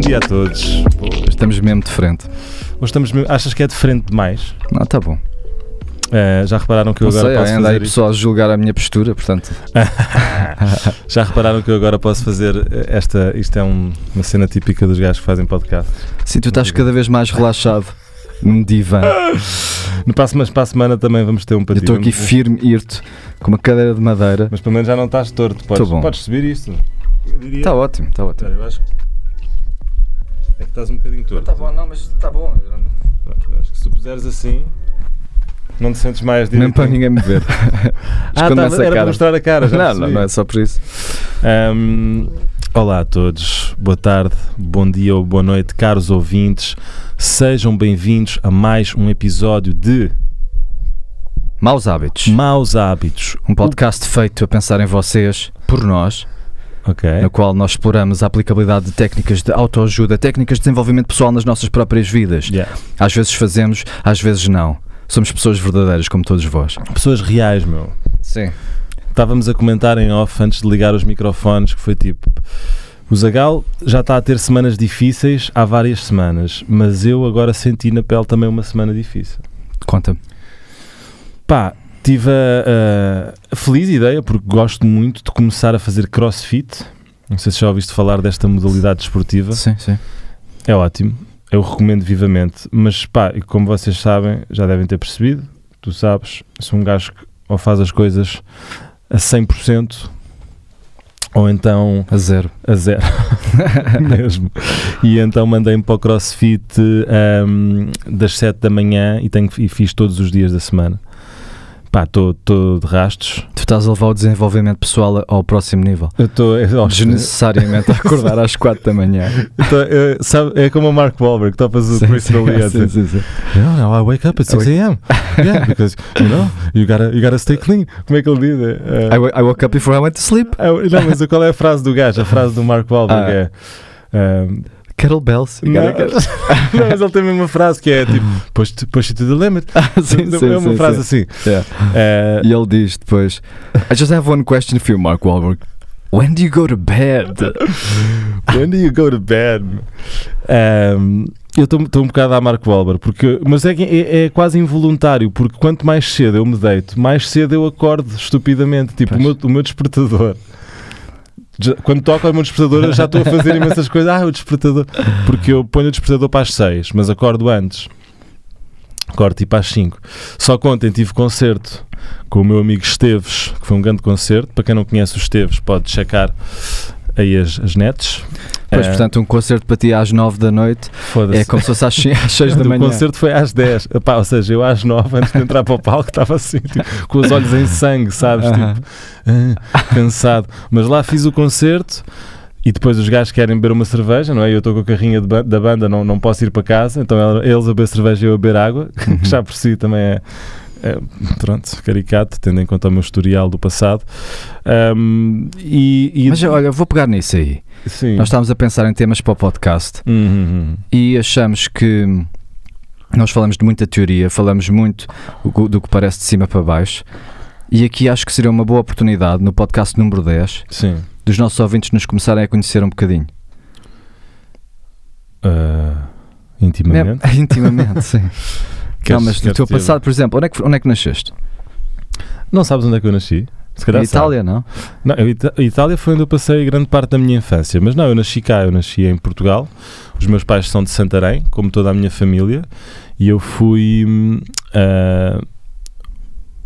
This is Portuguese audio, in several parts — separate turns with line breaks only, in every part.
dia a todos. Pô,
Estamos mesmo de frente.
Hoje estamos. mesmo- Achas que é diferente demais?
Ah, tá bom.
Eh, já repararam que eu
Não
agora
sei,
posso
ainda há aí
fazer isto?
pessoal a julgar a minha postura, portanto.
Já repararam que eu agora posso fazer eh, esta. Isto é um- uma cena típica dos gajos que fazem podcast.
Sim, tu estás cada vez mais relaxado num divã.
Ah, No próximo, mas para a semana também vamos ter um
Eu
para ti.
estou aqui
Vamos-
firme, irto, com uma cadeira de madeira.
Mas pelo menos já não estás torto. Podes,
Tô bom.
podes subir isto.
Está ótimo, está
Tá,
ótimo.
eu acho que. É que estás um bocadinho torto.
não, mas está Tá bom.
Eu acho que se tu puseres assim. Não te sentes mais
Nem
direitinho.
para ninguém me ver.
Ah,
Esconde
tá,
essa
era para
cara.
mostrar a cara. Já
não, não,
percebi.
não é só por isso.
Ahm, olá a todos, boa tarde, bom dia ou boa noite, caros ouvintes. Sejam bem-vindos a mais um episódio de
Maus hábitos.
Maus Hábitos.
Um podcast feito a pensar em vocês, por nós,
Ok.
no qual nós exploramos a aplicabilidade de técnicas de autoajuda, técnicas de desenvolvimento pessoal nas nossas próprias vidas.
Yeah.
Às vezes fazemos, às vezes não. Somos pessoas verdadeiras, como todos vós.
Pessoas reais, meu.
Sim.
Estávamos a comentar em off antes de ligar os microfones que foi tipo. O Zagal já está a ter semanas difíceis há várias semanas, mas eu agora senti na pele também uma semana difícil.
Conta-me.
Pá, tive a, a- a feliz ideia, porque gosto muito de começar a fazer crossfit. Não sei se já ouviste falar desta modalidade desportiva.
Sim, sim.
É ótimo, eu recomendo vivamente. Mas pá, e como vocês sabem, já devem ter percebido, tu sabes, sou um gajo que ou faz as coisas a 100% ou então
A zero.
a zero mesmo. E então mandei-me para o CrossFit ahm, das 7 da manhã e, tenho, e fiz todos os dias da semana. Pá, estou de rastos.
Tu estás a levar o desenvolvimento pessoal ao próximo nível.
Eu estou.
Desnecessariamente a acordar às quatro da manhã.
Sabe, é como o Mark Wahlberg, topas o Chris Daly a dizer,
sim, sim.
No, no, assim. I wake up at 6 a.m. Yeah, because, you know, you gotta, you gotta stay clean. Como é que ele diz? Eh,
I, wa- I woke up before I went to sleep.
eh, não, mas qual é a frase do gajo? A frase do Mark Wahlberg
Ah.
é. ahm,
Kettlebells. You gotta
não,
get-
não, mas ele tem mesmo uma frase que é tipo push, to- push it to the limit.
sim,
é
sim,
uma
sim,
frase
sim.
assim.
Yeah.
Eh,
E ele diz depois: I just have one question for you, Mark Wahlberg. When do you go to bed?
When do you go to bed? Ahm, eu estou um bocado a Mark Wahlberg, porque, mas é, que é- é quase involuntário, porque quanto mais cedo eu me deito, mais cedo eu acordo estupidamente. Tipo, o
Pois.
meu, o meu despertador. já- quando toca o meu despertador, eu já estou a fazer imensas coisas. Ah, o despertador. Porque eu ponho o despertador para as 6, mas acordo antes. Acordo tipo às 5. Só que ontem tive concerto com o meu amigo Esteves, que foi um grande concerto. Para quem não conhece o Esteves, pode checar aí as, as nets.
Pois,
Eh,
portanto, um concerto para ti às nove da noite
Foda-se.
é como se fosse às chi- às seis da
O
manhã.
concerto foi às 10, Epá, ou seja, eu às 9, antes de entrar para o palco, estava assim, tipo, com os olhos em sangue, sabes?
Aham.
Tipo, ah, cansado. Mas lá fiz o concerto e depois os gajos querem beber uma cerveja, não é? Eu estou com a carrinha de ba- da banda, não, não posso ir para casa, então ela- eles a beber cerveja e eu a beber água,
Uhum.
que já por si também é. é, pronto, caricato, tendo em conta o meu historial do passado. Ahm, e, e-
Mas olha, eu vou pegar nisso aí.
sim.
Nós tá- estávamos a pensar em temas para o podcast
Hum, hum, hum.
e achamos que hum, nós falamos de muita teoria, falamos muito o que- do que parece de cima para baixo. E aqui acho que seria uma boa oportunidade, no podcast número 10,
Sim.
dos nossos ouvintes nos começarem a conhecer um bocadinho.
Ah, intimamente.
Mesmo- É, Intimamente, sim.
Queres-
não, mas do
queres
teu
dizer-
passado, por exemplo, onde é que, onde é que nasceste?
Não sabes onde é que eu nasci? Se
Na
calhar sabe.
Itália, não?
Não, eu, Ita- a Itália foi onde eu passei grande parte da minha infância. Mas não, eu nasci cá, eu nasci em Portugal. Os meus pais são de Santarém, como toda a minha família. E eu fui. hum, ah,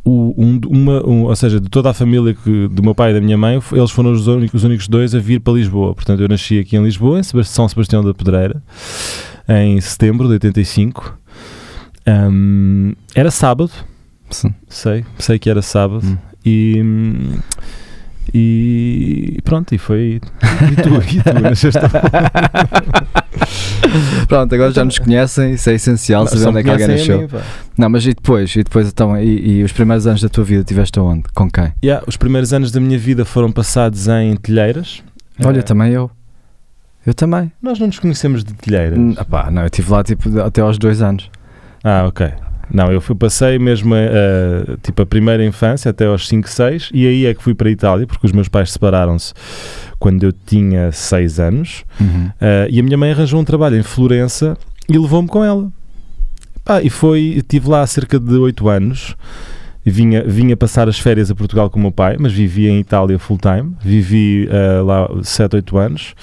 o- um- uma, um- ou seja, de toda a família que, do meu pai e da minha mãe, eles foram os únicos, os únicos dois a vir para Lisboa. Portanto, eu nasci aqui em Lisboa, em Sebas- São Sebastião da Pedreira, em setembro de 85. Hum, era sábado,
Sim.
Sei, sei que era sábado
Hum.
e. hum, E pronto, e foi. E tu, e tu nasceste
Pronto, agora já nos conhecem, isso é essencial, saber
Só
onde é
me
que alguém
conhecem a
nasceu.
mim, pá.
Não, mas e depois? E depois então, e, e os primeiros anos da tua vida tiveste aonde? Com quem?
Yeah, os primeiros anos da minha vida foram passados em Telheiras.
Olha,
Eh,
também eu. Eu também.
Nós não nos conhecemos de Telheiras.
Hum, opá, não, eu estive lá tipo, até aos dois anos.
Ah, ok. Não, eu fui, passei mesmo a, a, tipo, a primeira infância até aos 5, 6 e aí é que fui para a Itália, porque os meus pais separaram-se quando eu tinha 6 anos
Uhum.
ah, e a minha mãe arranjou um trabalho em Florença e levou-me com ela. Pá, e foi, estive lá há cerca de 8 anos e vinha, vinha passar as férias a Portugal com o meu pai, mas vivia em Itália full time, vivi ah, lá 7, 8 anos.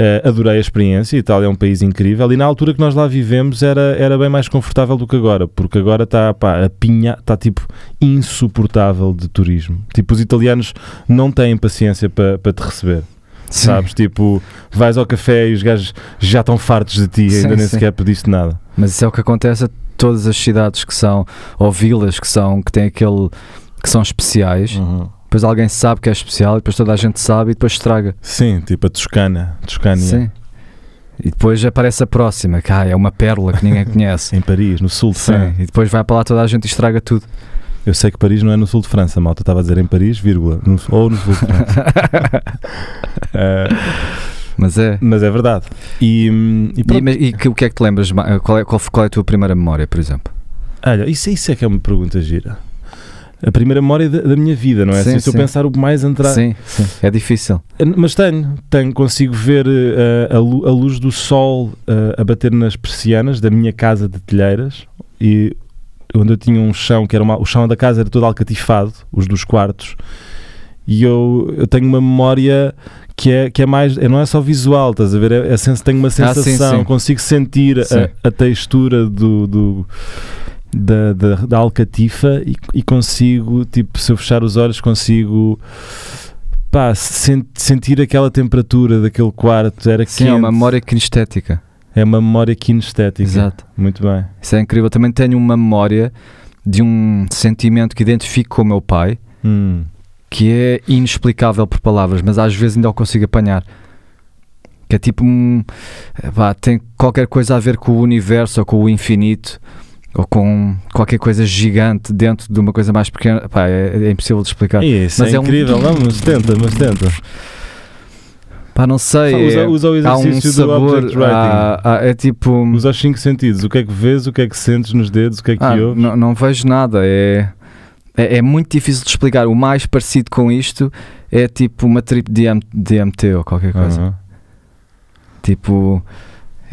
Ah, adorei a experiência, a Itália é um país incrível e na altura que nós lá vivemos era, era bem mais confortável do que agora, porque agora está pá, a pinha, está tipo insuportável de turismo. Tipo, os italianos não têm paciência para para te receber.
Sim.
Sabes? Tipo, vais ao café e os gajos já estão fartos de ti e
Sim,
ainda nem
sim.
sequer pediste nada.
Mas isso é o que acontece a todas as cidades que são, ou vilas que são, que têm aquele. que são especiais.
Uhum.
Depois alguém sabe que é especial, e depois toda a gente sabe e depois estraga.
Sim, tipo a Toscana, Toscânia,
Sim. E depois aparece a próxima, que ah, é uma pérola que ninguém conhece.
em Paris, no sul de
Sim.
França.
E depois vai para lá toda a gente e estraga tudo.
Eu sei que Paris não é no sul de França, malta. Estava a dizer em Paris, vírgula, no- ou no sul de França. Eh,
Mas é.
mas é verdade. E, hum, e
E,
pronto.
mas- e que- o que é que te lembras? ma- Qual é, qual, foi- qual é a tua primeira memória, por exemplo?
Olha, isso, isso é que é uma pergunta gira. A primeira memória da, da minha vida, não é?
Sim,
Assim, se eu
sim.
pensar o mais atrás.
Sim, sim. É difícil.
Mas tenho, tenho, consigo ver eh, a, lu- a luz do sol eh, a bater nas persianas da minha casa de telheiras e onde eu tinha um chão que era uma- o chão da casa era todo alcatifado, os dos quartos, e eu, eu tenho uma memória que é, que é mais, é- não é só visual, estás a ver? É, é sens- tenho uma
Ah, sim,
sensação,
sim.
consigo sentir
Sim.
a, a textura do, do- da, da, da alcatifa e, e consigo, tipo, se eu fechar os olhos, consigo pá, sen- sentir aquela temperatura daquele quarto. Era
Sim, é
quente.
uma memória kinestética.
É uma memória kinestética.
Exato.
Muito bem.
Isso é incrível. Também tenho uma memória de um sentimento que identifico com o meu pai.
Hum.
que é inexplicável por palavras, mas às vezes ainda o consigo apanhar. Que é tipo, um, vá, tem qualquer coisa a ver com o universo ou com o infinito ou com qualquer coisa gigante dentro de uma coisa mais pequena. Pá, é, é impossível de explicar.
Isso,
Mas
é,
é um-
incrível. Vamos, tenta, mas tenta.
Pá, não sei. é-
usa, usa o
há um
exercício do
sabor.
object writing.
há- há- é tipo.
Usa os cinco sentidos. O que é que vês, o que é que sentes nos dedos, o que é que
ah,
ouves.
não, não vejo nada. É, é, é muito difícil de explicar. O mais parecido com isto é tipo uma trip de DMT ou qualquer coisa.
Aham.
Tipo,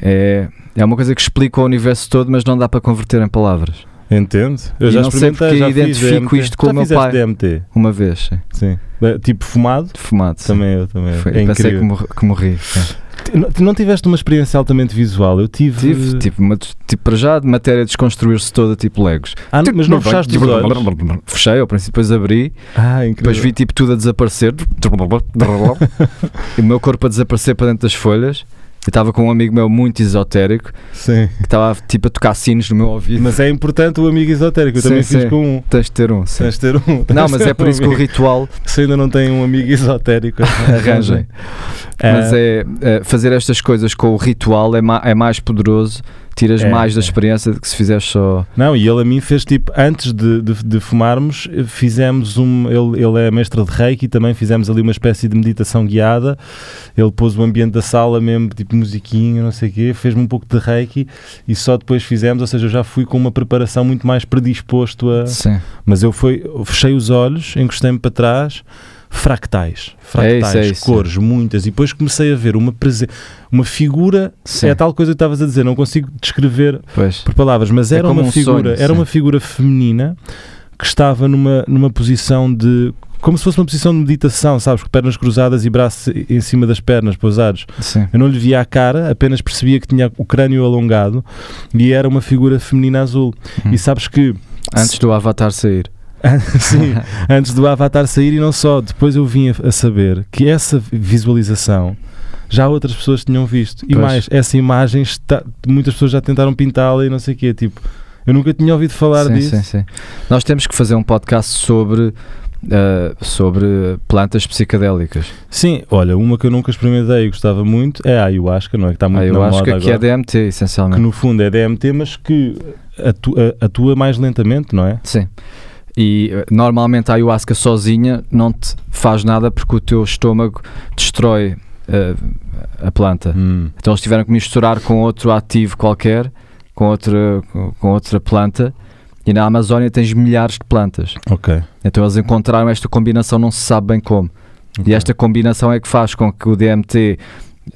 é, é uma coisa que explica o universo todo, mas não dá para converter em palavras.
Entendo. Eu
E
já
não sei
experimentei,
porque
já fiz
identifico
DMT.
isto com
já
o meu
fizeste
pai.
DMT,
Uma vez, sim.
sim. Eh, Tipo fumado.
Fumado. sim.
Também eu, também eu.
Foi,
É
eu pensei que,
incrível.
morri- que morri. sim.
Tu não- Tu não tiveste uma experiência altamente visual? Eu tive.
Tive, tipo, uma- tipo, para já, de matéria de desconstruir-se toda, tipo Legos.
Ah, não- mas não
Tipo,
fechaste os
tipo,
olhos?
Fechei, ao princípio, depois abri,
Ah, incrível.
depois vi tipo tudo a desaparecer. e o meu corpo a desaparecer para dentro das folhas. Eu estava com um amigo meu muito esotérico
Sim.
que estava tipo a tocar sinos no meu ouvido.
Mas é importante o amigo esotérico. Eu
Sim,
também
sim.
fiz com um.
Tens de ter um, sim.
Tens de ter um.
Não,
tens de
mas
ter
é por
um
isso que o
amigo.
ritual
Se ainda não tem um amigo esotérico, é
arranjem.
arranjem.
Mas é, eh, fazer estas coisas com o ritual é, ma- é mais poderoso, tiras
É,
mais da
é.
experiência do que se fizeres só.
Não, e ele a mim fez tipo, antes de, de, de fumarmos, fizemos um. Ele, ele é mestre de reiki e também fizemos ali uma espécie de meditação guiada. Ele pôs o ambiente da sala mesmo, tipo musiquinho, não sei o quê, fez-me um pouco de reiki e só depois fizemos. Ou seja, eu já fui com uma preparação muito mais predisposto a.
Sim.
Mas eu fui, eu fechei os olhos, encostei-me para trás, fractais,
É
fractais,
isso, é isso.
cores, muitas, e depois comecei a ver uma, presen- uma figura,
Sim.
é a tal coisa que estavas a dizer, não consigo descrever
Pois.
por palavras, mas
É
era
como
uma
um
figura,
sonho,
era
sim.
uma figura feminina que estava numa, numa posição de como se fosse uma posição de meditação, sabes, com pernas cruzadas e braços em cima das pernas pousados.
Sim.
Eu não lhe via a cara, apenas percebia que tinha o crânio alongado e era uma figura feminina azul.
Hum.
E sabes que
Antes do Avatar sair.
Sim, antes do Avatar sair e não só. Depois eu vim a, a saber que essa visualização já outras pessoas tinham visto. E
Pois.
mais, essa imagem está, muitas pessoas já tentaram pintá-la e não sei o quê. Tipo, eu nunca tinha ouvido falar
sim,
disso.
sim, sim. Nós temos que fazer um podcast sobre, eh, sobre plantas psicadélicas.
Sim, olha, uma que eu nunca experimentei e gostava muito é a ayahuasca, não é? Que está muito
Ah, eu
na
acho
moda
que aqui
agora.
é DMT,
Que
essencialmente.
no fundo é DMT, mas que atu- a- atua mais lentamente, não é?
Sim. E eh, normalmente a ayahuasca sozinha não te faz nada porque o teu estômago destrói eh, a planta.
Hum.
Então eles tiveram que misturar com outro ativo qualquer, com outra, com outra planta, E na Amazónia tens milhares de plantas.
Ok.
Então eles encontraram esta combinação, não se sabe bem como.
ok.
E esta combinação é que faz com que o DMT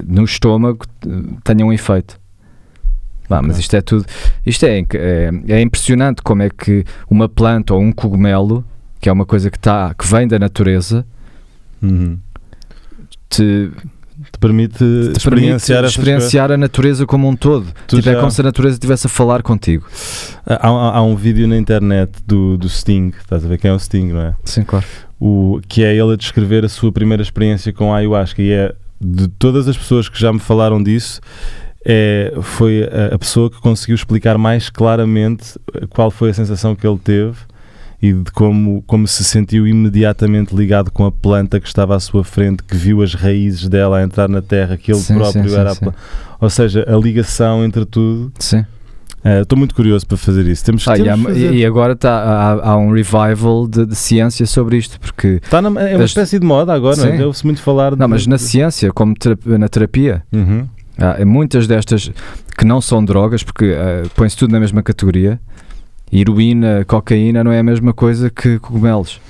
no estômago eh, tenha um efeito. Vá, Mas
Ok.
isto é tudo. Isto é, inc- é, é impressionante como é que uma planta ou um cogumelo, que é uma coisa que, tá, que vem da natureza,
Uhum.
te,
Te permite
te
experienciar
permite
essas coisas.
experienciar a natureza como um todo.
Tu
tipo,
já-
É como se a natureza estivesse a falar contigo.
Há, há- há um vídeo na internet do, do Sting, estás a ver quem é o Sting, não é?
Sim, claro.
o, que é ele a descrever a sua primeira experiência com a ayahuasca. E é de todas as pessoas que já me falaram disso, é, foi a, a pessoa que conseguiu explicar mais claramente eh, qual foi a sensação que ele teve e de como, como se sentiu imediatamente ligado com a planta que estava à sua frente, que viu as raízes dela a entrar na terra, que ele
Sim,
próprio
sim,
era
sim,
a planta. Ou seja, a ligação entre tudo.
Sim.
Eh, Estou muito curioso para fazer isso. Temos,
Ah,
temos
e, há-
de fazer.
e agora tá, há, há um revival de, de ciência sobre isto, porque.
Tá na- é uma
das-
espécie de moda agora, não é?
Sim.
ouve-se muito falar
Não,
de-
mas na ciência, como terapia- na terapia,
Uhum.
há Ah, muitas destas que não são drogas, porque ah, põe-se tudo na mesma categoria. Heroína, cocaína não é a mesma coisa que cogumelos.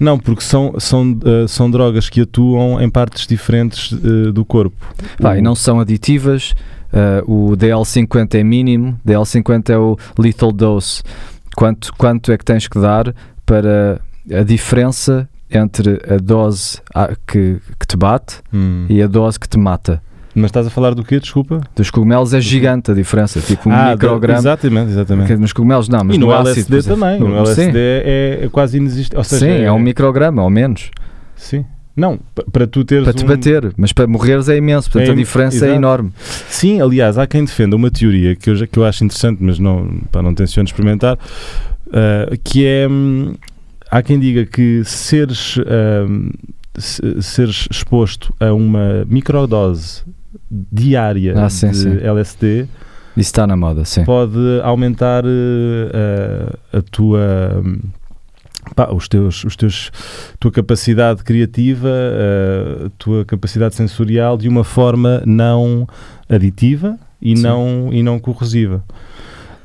Não, porque são, são, eh, são drogas que atuam em partes diferentes eh, do corpo.
Pá,
O-
e não são aditivas. ah, o DL50 é mínimo, DL50 é o lethal dose. Quanto, quanto é que tens que dar para a diferença entre a dose ah, que, que te bate
Hum.
e a dose que te mata.
Mas estás a falar do quê? Desculpa?
Dos cogumelos é gigante a diferença, tipo um
Uhum. Ah, da-
micrograma.
Exatamente, exatamente.
Que Nos cogumelos não, mas
E no,
ácido, por
LSD
exemplo.
também. No
No-
LSD
sim.
é, é quase inexistente. Ou seja,
Sim, é um micrograma, ao menos,
Sim. Não, pa- para tu teres
para te
um-
bater, mas para morreres é imenso, portanto
É
a
im-
diferença é
exato.
enorme.
Sim, aliás, há quem defenda uma teoria que eu, já- que eu acho interessante, mas não, pá, não tenciono experimentar, ah, que é... hum, há quem diga que seres, hum, se- seres exposto a uma microdose diária
Ah, sim,
de
sim.
LSD
Isso está na moda, sim.
pode aumentar eh, a, a tua... hum, pá, os teus, os teus, tua capacidade criativa, eh, a tua capacidade sensorial de uma forma não aditiva e
Sim.
não e não corrosiva.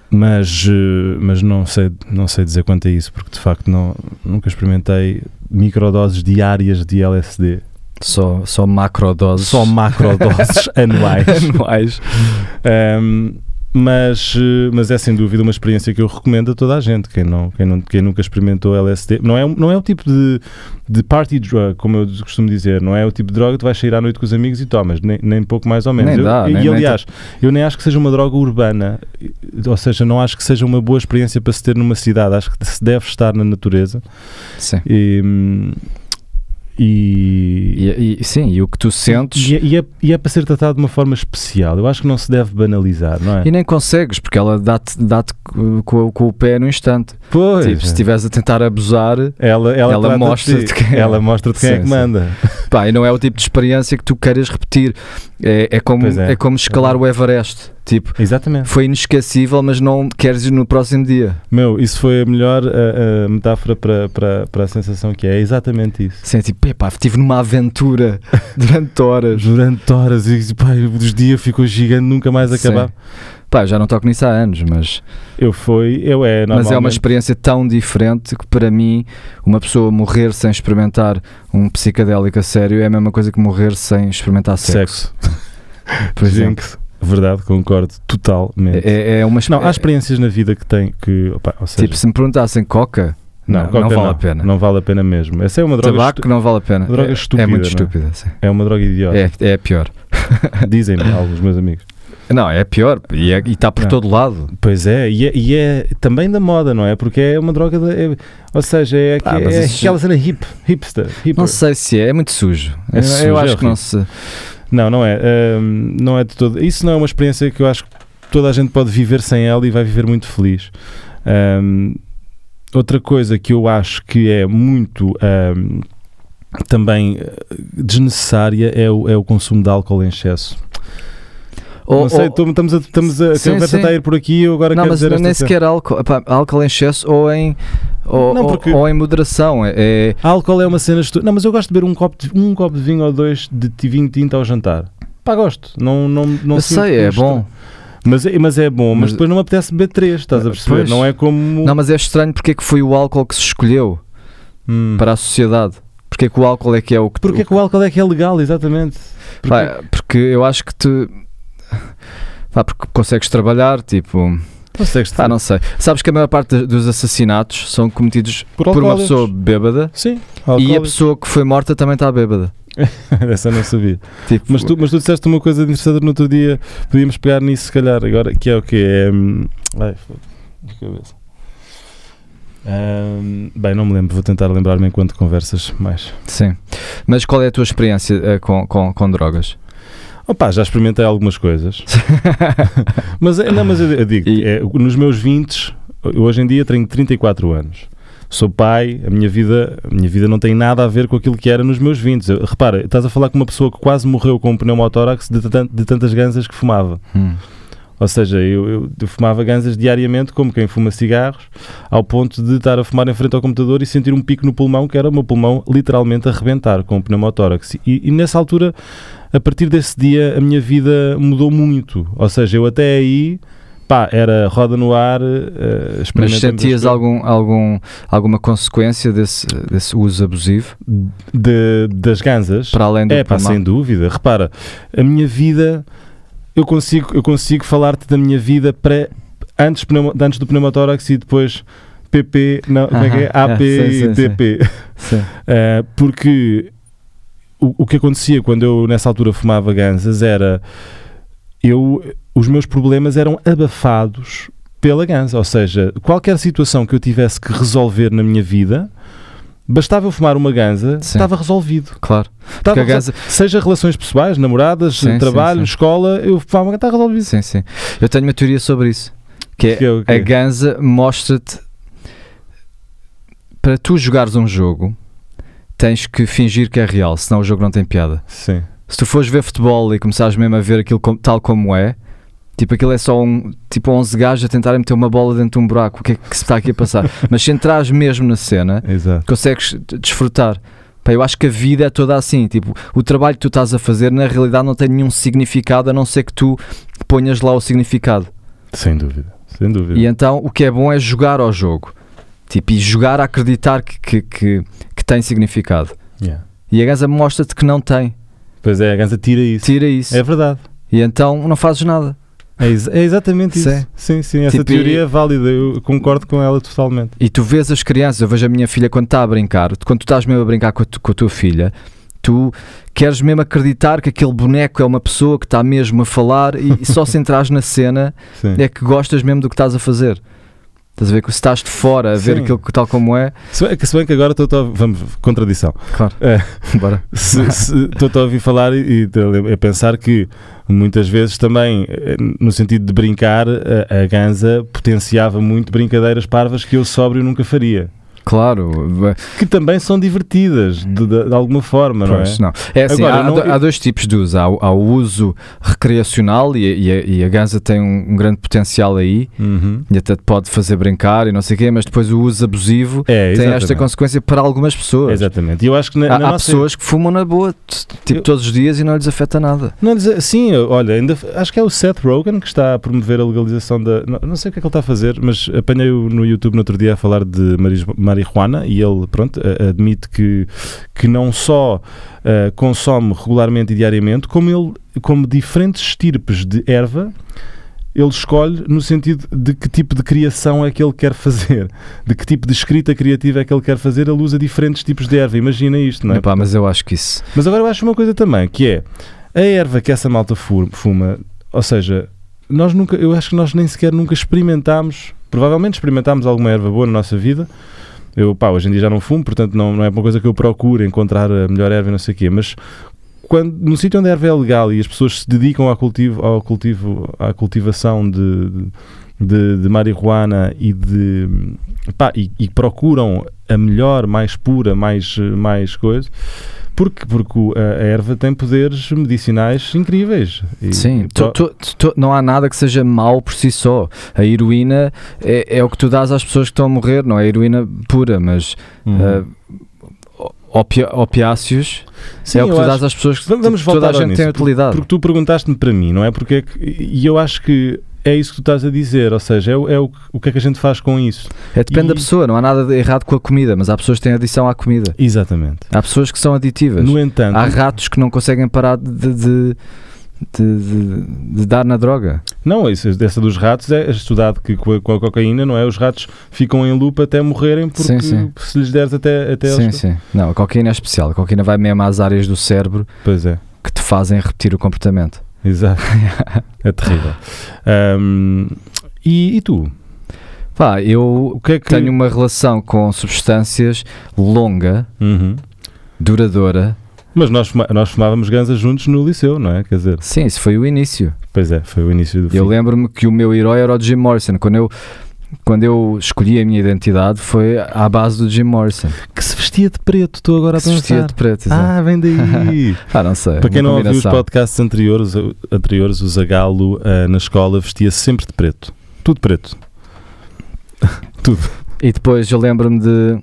Mas, eh, mas não sei não sei dizer quanto é isso porque de facto não nunca experimentei microdoses diárias de LSD,
Só, só macrodoses.
só macrodoses anuais.
anuais.
Ahm, mas, eh, mas é sem dúvida uma experiência que eu recomendo a toda a gente. Quem, não, quem, não, quem nunca experimentou LSD, não é, um- não é o tipo de, de party drug, como eu costumo dizer, não é o tipo de droga que tu vais sair à noite com os amigos e tomas, nem, nem pouco mais ou menos.
Nem
Eu-
dá,
e
nem- nem
aliás, eu nem acho que seja uma droga urbana, e- ou seja, não acho que seja uma boa experiência para se ter numa cidade. Acho que se deve estar na natureza.
Sim.
E, hum, e,
E, é e- sim, e o que tu sentes.
e é, e é- e é para ser tratado de uma forma especial. Eu acho que não se deve banalizar, não é?
E nem consegues, porque ela dá-te dá com, com o pé no instante.
Pois. é.
Tipo, se estiveres a tentar abusar,
Ela, ela,
Ela
trata
mostra-te
de ti.
quem é.
ela mostra de quem é
Sim,
que
sim.
manda.
Pá, e não é o tipo de experiência que tu queiras repetir. É, é, como,
Pois é.
é. como escalar o Everest. Tipo,
Exatamente.
foi inesquecível, mas não queres ir no próximo dia.
Meu, isso foi a melhor a- a metáfora para, para, para a sensação que é. É exatamente isso.
Sim, é tipo, epá, estive numa aventura durante horas.
Durante horas e pá, os dias ficou gigante, nunca mais
Sim.
acabar.
Pá, já não toco nisso há anos, mas,
Eu fui, eu é,
mas é uma
normalmente.
experiência tão diferente que para mim, uma pessoa morrer sem experimentar um psicadélico a sério é a mesma coisa que morrer sem experimentar sexo,
sexo.
por exemplo.
Jinx. Verdade, concordo totalmente.
É, é uma
Não, há
experiência.
experiências na vida que tem que. opá, ou seja,
Tipo, se me perguntassem coca, não, não,
coca
vale a pena.
Não vale a pena mesmo. Essa é uma droga.
Tabaco
estu-
não vale a pena.
droga
é,
estúpida,
é muito
não é?
estúpida, sim.
É uma droga idiota.
É, é a pior.
Dizem-me alguns meus amigos.
Não, é pior. E é- e está por
Não.
todo lado.
Pois é, e é, e é também da moda, não é? Porque é uma droga, da- é- ou seja, é,
Ah,
que-
mas
é
isso-
aquela cena hip, hipster. hipper.
Não sei se é, é muito sujo.
É
eu,
sujo,
eu
é
acho que
horrível.
não se.
Não, não é. hum, não é de todo. Isso não é uma experiência que eu acho que toda a gente pode viver sem ela e vai viver muito feliz. Hum, outra coisa que eu acho que é muito hum, também eh, desnecessária é o, é o consumo de álcool em excesso.
Ou-
não sei,
ou-
tô- estamos a, estamos a,
Sim,
a conversa
sim.
está a ir por aqui e eu agora
não,
quero
mas
dizer
nem
esta cena.
sequer álcool. Epá, álcool em excesso ou em. Ou,
Não,
ou-
porque-
ou em moderação. É, é-
Álcool é uma cena estu... Não, mas eu gosto de beber um copo de, um copo de vinho ou dois de ti- vinho tinto ao jantar. Pá, gosto. Não, não, não
eu
sinto
sei,
que
é
me estra-
bom.
Mas, mas é bom, mas,
Mas- Ah,
depois não me apetece beber três, estás a perceber?
Pois.
Não é como.
Não, mas é estranho porque é que foi o álcool que se escolheu
Hum.
para a sociedade. Porque é que o álcool é que é o que.
Porque é que o álcool é que é legal, exatamente? Porque-
Pá, porque eu acho que te. Pá, porque consegues trabalhar, tipo.
Consegues
Ah, não sei. Sabes que a maior parte dos assassinatos são cometidos
Por
por, uma
alcoólicos.
pessoa bêbada
Sim,
e a
alcoólicos.
pessoa que foi morta também está bêbada.
Essa eu não sabia.
Tipo,
Mas tu, mas tu disseste uma coisa interessante no outro dia, podíamos pegar nisso se calhar agora, que é o quê? É. hum, Ai, foda-se, cabeça. Hum, bem, não me lembro, vou tentar lembrar-me enquanto conversas mais.
Sim. Mas qual é a tua experiência eh, com, com, com drogas?
Opa, já experimentei algumas coisas. mas, é- não, mas eu digo,
E-
é, nos meus 20, eu hoje em dia tenho 34 anos. Sou pai, a minha vida, a minha vida não tem nada a ver com aquilo que era nos meus 20. Eu- repara, estás a falar com uma pessoa que quase morreu com um pneumotórax de, tan- de tantas ganzas que fumava.
Hum.
Ou seja, eu, eu- eu fumava ganzas diariamente, como quem fuma cigarros, ao ponto de estar a fumar em frente ao computador e sentir um pico no pulmão, que era o meu pulmão literalmente a arrebentar com o pneumotórax. E, e nessa altura, a partir desse dia, a minha vida mudou muito. Ou seja, eu até aí, pá, era roda no ar, eh,
Mas
experimentamos
sentias
as
algum, algum, alguma consequência desse, desse uso abusivo?
coisas de- das ganzas.
Para além do
É, pá,
pulmão?
sem dúvida. Repara, a minha vida, eu consigo, eu consigo falar-te da minha vida pré, antes, pneumo- de antes do pneumotórax e depois PP, não, como é que é?
Aham,
AP
é, sim,
e
sim, sim.
TP.
Sim.
Eh, porque o, o que acontecia quando eu nessa altura fumava ganzas era eu os meus problemas eram abafados pela ganza, ou seja, qualquer situação que eu tivesse que resolver na minha vida, bastava eu fumar uma ganza,
Sim.
estava resolvido.
Claro.
Estava
Porque a ganza-
Seja relações pessoais, namoradas,
Sim,
trabalho,
sim, sim.
escola, eu falo, está resolvido.
Sim, sim. Eu tenho uma teoria sobre isso. Que é,
Que é o quê?
a ganza mostra-te para tu jogares um jogo tens que fingir que é real, senão o jogo não tem piada.
Sim.
Se tu fores ver futebol e começares mesmo a ver aquilo como- tal como é, tipo aquilo é só um tipo 11 gajos a tentarem meter uma bola dentro de um buraco, o que é que se está aqui a passar? Mas se entrares mesmo na cena,
Exato.
consegues d- desfrutar. Pá, eu acho que a vida é toda assim. Tipo, o trabalho que tu estás a fazer na realidade não tem nenhum significado a não ser que tu ponhas lá o significado.
Sem dúvida. Sem dúvida.
E então o que é bom é jogar ao jogo. Tipo, e jogar a acreditar que, que, que, que tem significado.
Yeah.
E a Gaza mostra-te que não tem.
Pois é, a ganza tira isso.
Tira isso.
É verdade.
E então não fazes nada.
É, ex- é exatamente isso.
Sim.
Sim, sim. Essa
Tipo,
teoria
e-
é válida. Eu concordo com ela totalmente.
E tu vês as crianças, eu vejo a minha filha quando está a brincar, quando tu estás mesmo a brincar com a, tu- com a tua filha, tu queres mesmo acreditar que aquele boneco é uma pessoa que está mesmo a falar e, e só se entras na cena
Sim.
é que gostas mesmo do que estás a fazer. Estás a ver que se estás de fora a ver
Sim.
aquilo que- tal como é,
Se, bem, que- se bem que agora estou a. Vamos, contradição.
claro,
É.
bora.
Se- se- Estou-te a ouvir falar e, e te- a pensar que muitas vezes também, eh, no sentido de brincar, eh, a, a ganza potenciava muito brincadeiras parvas que eu sóbrio nunca faria.
Claro,
que também são divertidas de, de- de alguma forma,
pois,
não é?
não. É assim,
Agora,
há,
não-
do- há dois tipos de uso. Há, o- há o uso recreacional e, a- e a, e a Ganza tem um, um grande potencial aí
Uhum.
e até te pode fazer brincar e não sei o quê, mas depois o uso abusivo
É,
tem
exatamente.
esta consequência para algumas pessoas.
Exatamente. E eu acho que na,
Há,
na
há
nossa-
pessoas que fumam na boa, t- tipo
Eu-
todos os dias e não lhes afeta nada.
Não, dizer- sim, eu- olha, ainda, f- acho que é o Seth Rogen que está a promover a legalização da. Não, não sei o que é que ele está a fazer, mas apanhei-o no YouTube no outro dia a falar de maris- marijuana e ele, pronto, a- admite que, que não só ah, consome regularmente e diariamente, como, ele, como diferentes estirpes de erva. Ele escolhe no sentido de que tipo de criação é que ele quer fazer, de que tipo de escrita criativa é que ele quer fazer, ele usa diferentes tipos de erva. Imagina isto, não é?
Epá, mas eu acho que isso.
Mas agora eu acho uma coisa também, que é a erva que essa malta fu- fuma, ou seja, nós nunca, eu acho que nós nem sequer nunca experimentámos, provavelmente experimentámos alguma erva boa na nossa vida. Eu, pá, hoje em dia já não fumo, portanto não, não é uma coisa que eu procuro encontrar a melhor erva e não sei o quê, mas quando, no sítio onde a erva é legal e as pessoas se dedicam ao cultivo, ao cultivo à cultivação de, de, de marihuana e de pá, e, e procuram a melhor, mais pura, mais, eh, mais coisa, porque, porque o- a a erva tem poderes medicinais incríveis. E-
Sim,
e pro-
tu- tu- tu- não há nada que seja mau por si só. A heroína é, é o que tu dás às pessoas que estão a morrer, não é heroína pura, mas
Uhum.
Eh, ah, opia- opiáceos
Sim,
é o que
eu
tu
acho-
dás às pessoas que
Vamos- vamos
tipo, toda
voltar
a
ao
gente tem
nisso,
utilidade.
Porque tu perguntaste-me para mim, não é? Porque é que- e eu acho que é isso que tu estás a dizer, ou seja, é, o- é o, que- o que é que a gente faz com isso.
É, depende
E-
da pessoa, não há nada de errado com a comida, mas há pessoas que têm adição à comida.
Exatamente.
Há pessoas que são aditivas.
No entanto,
Há ratos que não conseguem parar de, de- de- de- de dar na droga.
não, isso, essa dos ratos é estudado que com a, com a cocaína, não é? Os ratos ficam em lupa até morrerem porque
Sim, sim.
se lhes deres até, até
sim,
eles.
sim. Não, a cocaína é especial. A cocaína vai mesmo às áreas do cérebro
Pois é.
que te fazem repetir o comportamento.
Exato. é terrível. Ahm, e, e tu?
Pá, eu
O que é que.
tenho uma relação com substâncias longa,
Uhum.
duradoura.
Mas nós, fuma- nós fumávamos ganza juntos no liceu, não é? Quer dizer,
Sim, isso foi o início.
pois é, foi o início do fim.
Eu lembro-me que o meu herói era o Jim Morrison. Quando eu, quando eu escolhi a minha identidade foi à base do Jim Morrison.
Que se vestia de preto, estou agora
Que se vestia de preto. exato.
Ah, vem daí!
Ah, não sei.
Para quem
uma
não ouviu os
combinação.
podcasts anteriores, o- anteriores o Zagalo ah, na escola vestia sempre de preto. Tudo preto.
E depois eu lembro-me de.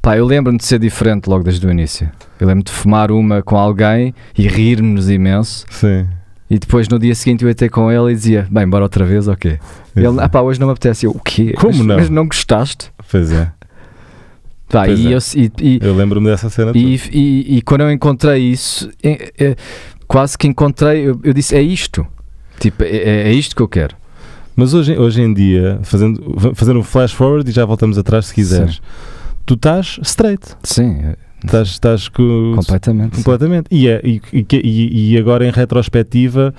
Pá, eu lembro-me de ser diferente logo desde o início. Eu lembro-me de fumar uma com alguém e rir-nos imenso.
Sim.
E depois no dia seguinte eu ia ter com ele e dizia: Bem, bora outra vez, ok. Ele, ah pá, hoje não me apetece. Eu, o quê?
Como
mas,
não?
Mas não gostaste?
Pois é.
Pá,
Pois
e,
é.
eu, e- e-
Eu lembro-me dessa cena.
E, e- e quando eu encontrei isso, eh, eh, quase que encontrei, eu, eu disse: é isto. Tipo, é, é- é isto que eu quero.
Mas hoje, hoje em dia, fazendo, va- fazer um flash forward e já voltamos atrás se quiseres, tu estás straight.
Sim, eh,
Estás, estás com.
completamente. sim.
Completamente. E, é- e, e que- e- e agora, em retrospectiva,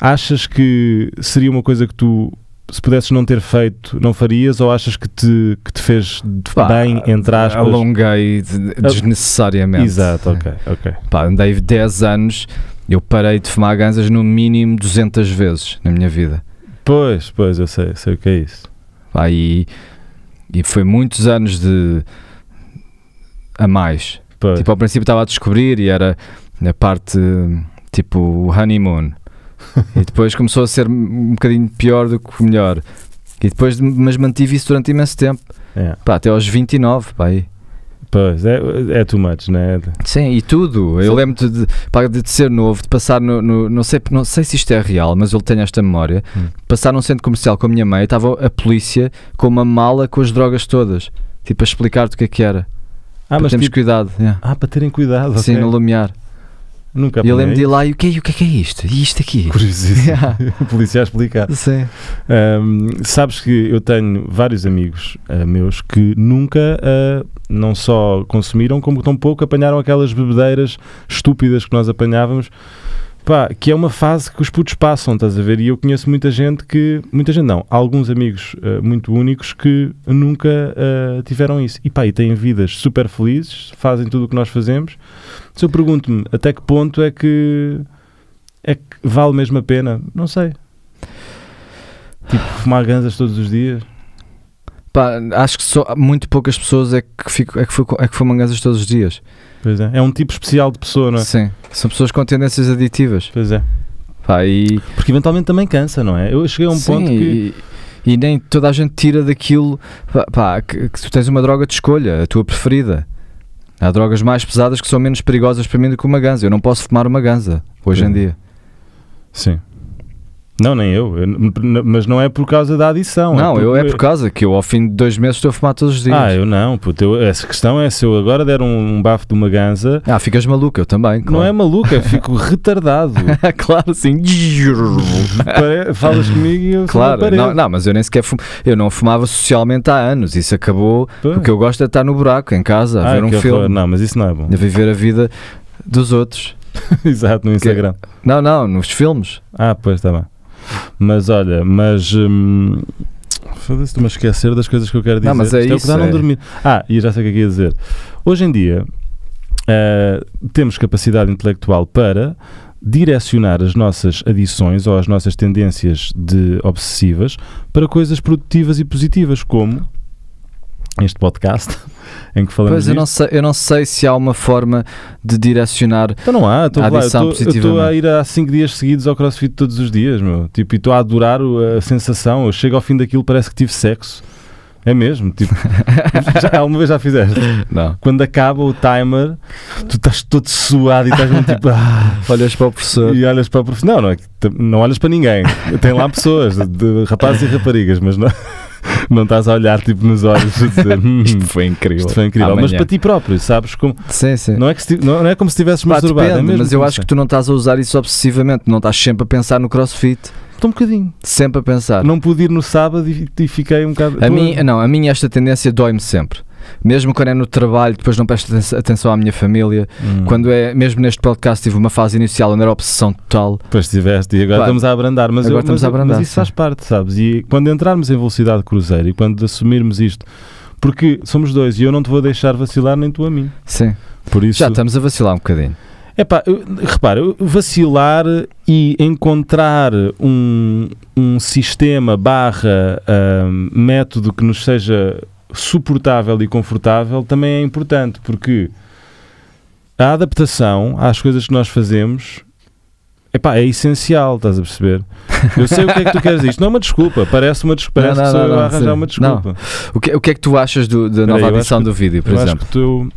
achas que seria uma coisa que tu, se pudesses não ter feito, não farias? Ou achas que te, que te fez de-
Pá,
bem, entre aspas?
Alonguei de- desnecessariamente.
Exato, ok,
É.
ok.
Pá, andei 10 anos, eu parei de fumar ganzas no mínimo 200 vezes na minha vida.
Pois, pois, eu sei, sei o que é isso.
Pá, e, e foi muitos anos de. a mais.
Pois.
Tipo, ao princípio estava a descobrir e era na parte tipo o honeymoon. e depois começou a ser um bocadinho pior do que melhor. E depois, mas mantive isso durante imenso tempo.
É,
Pá, até aos 29, pá, aí.
pois, é, é too much, né?
Sim, e tudo. Eu
Sim.
lembro-te de, pá, de ser novo, de passar no. no- não, sei, não sei se isto é real, mas eu tenho esta memória.
Hum.
Passar num centro comercial com a minha mãe, estava a polícia com uma mala com as drogas todas. Tipo, a explicar-te o que é que era.
Ah,
para
mas
termos
tipo,
cuidado. yeah.
ah, para terem cuidado, ok.
Sim, no lumiar.
Nunca
E
apanhei.
eu lembro de ir lá e o que é, e o que, é, que é isto? E isto aqui?
Curiosíssimo.
Yeah.
O policial explica.
Sim.
Ahm, sabes que eu tenho vários amigos ah, meus que nunca ah, não só consumiram, como tampouco apanharam aquelas bebedeiras estúpidas que nós apanhávamos. Pá, que é uma fase que os putos passam, estás a ver? E eu conheço muita gente que. Muita gente não, alguns amigos ah, muito únicos que nunca ah, tiveram isso. E pá, e têm vidas super felizes, fazem tudo o que nós fazemos. Se eu pergunto-me até que ponto é que. é que vale mesmo a pena? Não sei. Tipo, fumar ganzas todos os dias.
Pá, acho que só muito poucas pessoas é que, fico, é que, foi, é que fumam ganzas todos os dias.
Pois é. É um tipo especial de pessoa, não é?
Sim. São pessoas com tendências aditivas.
Pois é.
Pá, e,
Porque eventualmente também cansa, não é? Eu cheguei a um
sim,
ponto que.
e, e nem toda a gente tira daquilo pá, pá, que, que tu tens uma droga de escolha, a tua preferida. Há drogas mais pesadas que são menos perigosas para mim do que uma ganza. Eu não posso fumar uma ganza hoje
Sim.
em dia.
Sim. Não, nem eu. Eu n- n- Mas não é por causa da adição.
Não, eu é
porque-
por causa que eu ao fim de dois meses estou a fumar todos os dias.
Ah, eu não. Puto, eu- essa questão é se eu agora der um, um bafo de uma ganza.
Ah, ficas maluco, eu também.
Não é
claro. É
maluca, fico retardado.
claro, sim.
Pare- Falas comigo e eu sou uma
Claro,
parede.
não, não, mas eu nem sequer fumo, eu não fumava socialmente há anos, isso acabou
Pois.
porque eu gosto é de estar no buraco, em casa, a
Ai,
ver um
que horror.
filme,
Não, mas isso não é bom.
a viver a vida dos outros.
Exato,
é-
no Instagram.
Não, não, nos filmes.
Ah, pois está bem. Mas olha, mas. Hum, Foda-se, estou-me a esquecer das coisas que eu quero dizer.
Não, mas é
Isto
isso,
o que dá não
é.
dormir. Ah, e já sei o que é que ia dizer. Hoje em dia, eh, temos capacidade intelectual para direcionar as nossas adições ou as nossas tendências de obsessivas para coisas produtivas e positivas, como este podcast em que falamos
Pois eu não,
disto.
sei, eu não sei se há uma forma de direcionar.
Então não há, estou
A
a falar, eu
adição
estou- eu estou
positivamente.
a ir há 5 dias seguidos ao crossfit todos os dias, meu. Tipo, e estou a adorar o- a sensação. Eu chego ao fim daquilo, parece que tive sexo. É mesmo, tipo, já, alguma vez já fizeste?
Não.
Quando acaba o timer, tu estás todo suado e estás mesmo tipo, ah,
Olhas para o professor.
e olhas para o professor. Não, não, é que t- não olhas para ninguém. Tem lá pessoas, de rapazes e raparigas, mas não, não estás a olhar tipo nos olhos a dizer, "Hum,
Isto foi incrível.
isto foi incrível. Mas
Amanhã.
para ti próprio, sabes? Como,
Sim, sim.
não, é que se ti- não, não é como se estivesse
Pá,
masturbado. é
depende,
mesmo
mas eu
como
acho
se-
que tu não estás a usar isso obsessivamente, não estás sempre a pensar no crossfit,
Estou um bocadinho.
sempre a pensar.
Não pude ir no sábado e, e fiquei um bocado.
Ah. A
Estou-
mim, não, a mim esta tendência dói-me sempre. Mesmo quando é no trabalho, depois não presto aten- atenção à minha família.
Hum.
Quando é, mesmo neste podcast, tive uma fase inicial onde era obsessão total.
Depois tiveste e agora
Claro.
estamos a abrandar, mas,
Agora
eu-
estamos
mas-
a abrandar,
mas isso
sim.
faz parte, sabes? E quando entrarmos em velocidade de cruzeiro e quando assumirmos isto, porque somos dois e eu não te vou deixar vacilar nem tu a mim.
Sim.
Por isso,
Já estamos a vacilar um bocadinho.
Epá, eu- repara, eu- vacilar e encontrar um, um sistema barra ahm, método que nos seja suportável e confortável também é importante, porque a adaptação às coisas que nós fazemos epá, é essencial, estás a perceber? Eu sei o que é que tu queres dizer. Isto não é uma desculpa, parece uma desculpa,
Não,
parece
não,
que sou
não,
eu
não,
a arranjar
sério.
uma desculpa.
O que, o que é que tu achas do-
Espera
da
aí,
nova
eu acho
edição
que-
do vídeo, por
eu
exemplo?
acho que o teu,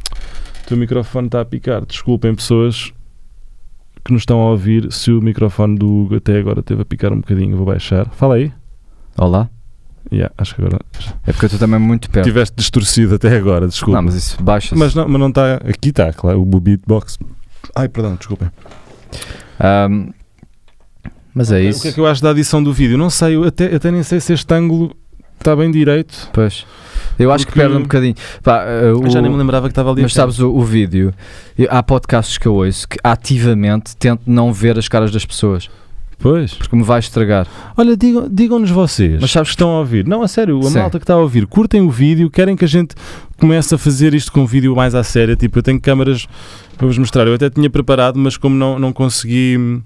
teu microfone está a picar. Desculpem, pessoas que nos estão a ouvir, se o microfone do Hugo até agora teve a picar um bocadinho, vou baixar. Fala aí.
Olá?
Yeah, acho que agora
É porque eu estou também muito perto.
tiveste distorcido até agora, desculpa.
Não, mas isso baixa
mas não mas não está. Aqui está, claro, o beatbox. Ai, perdão, desculpem.
mas é
O
isso.
que é que eu acho da adição do vídeo? Não sei, eu até, até nem sei se este ângulo está bem direito.
Pois. Eu acho
Porque-
que perde um bocadinho. Pá, eh, o-
Eu já nem me lembrava que estava ali.
Mas sabes o, o vídeo? Eu- há podcasts que eu ouço que ativamente tento não ver as caras das pessoas
Pois.
porque me vai estragar.
Olha, digam- digam-nos vocês.
Mas sabes
que estão a ouvir. Não, a sério, a
Sim.
malta que está a ouvir, curtem o vídeo, querem que a gente comece a fazer isto com um vídeo mais à séria. Tipo, eu tenho câmaras para vos mostrar. Eu até tinha preparado, mas como não, não consegui.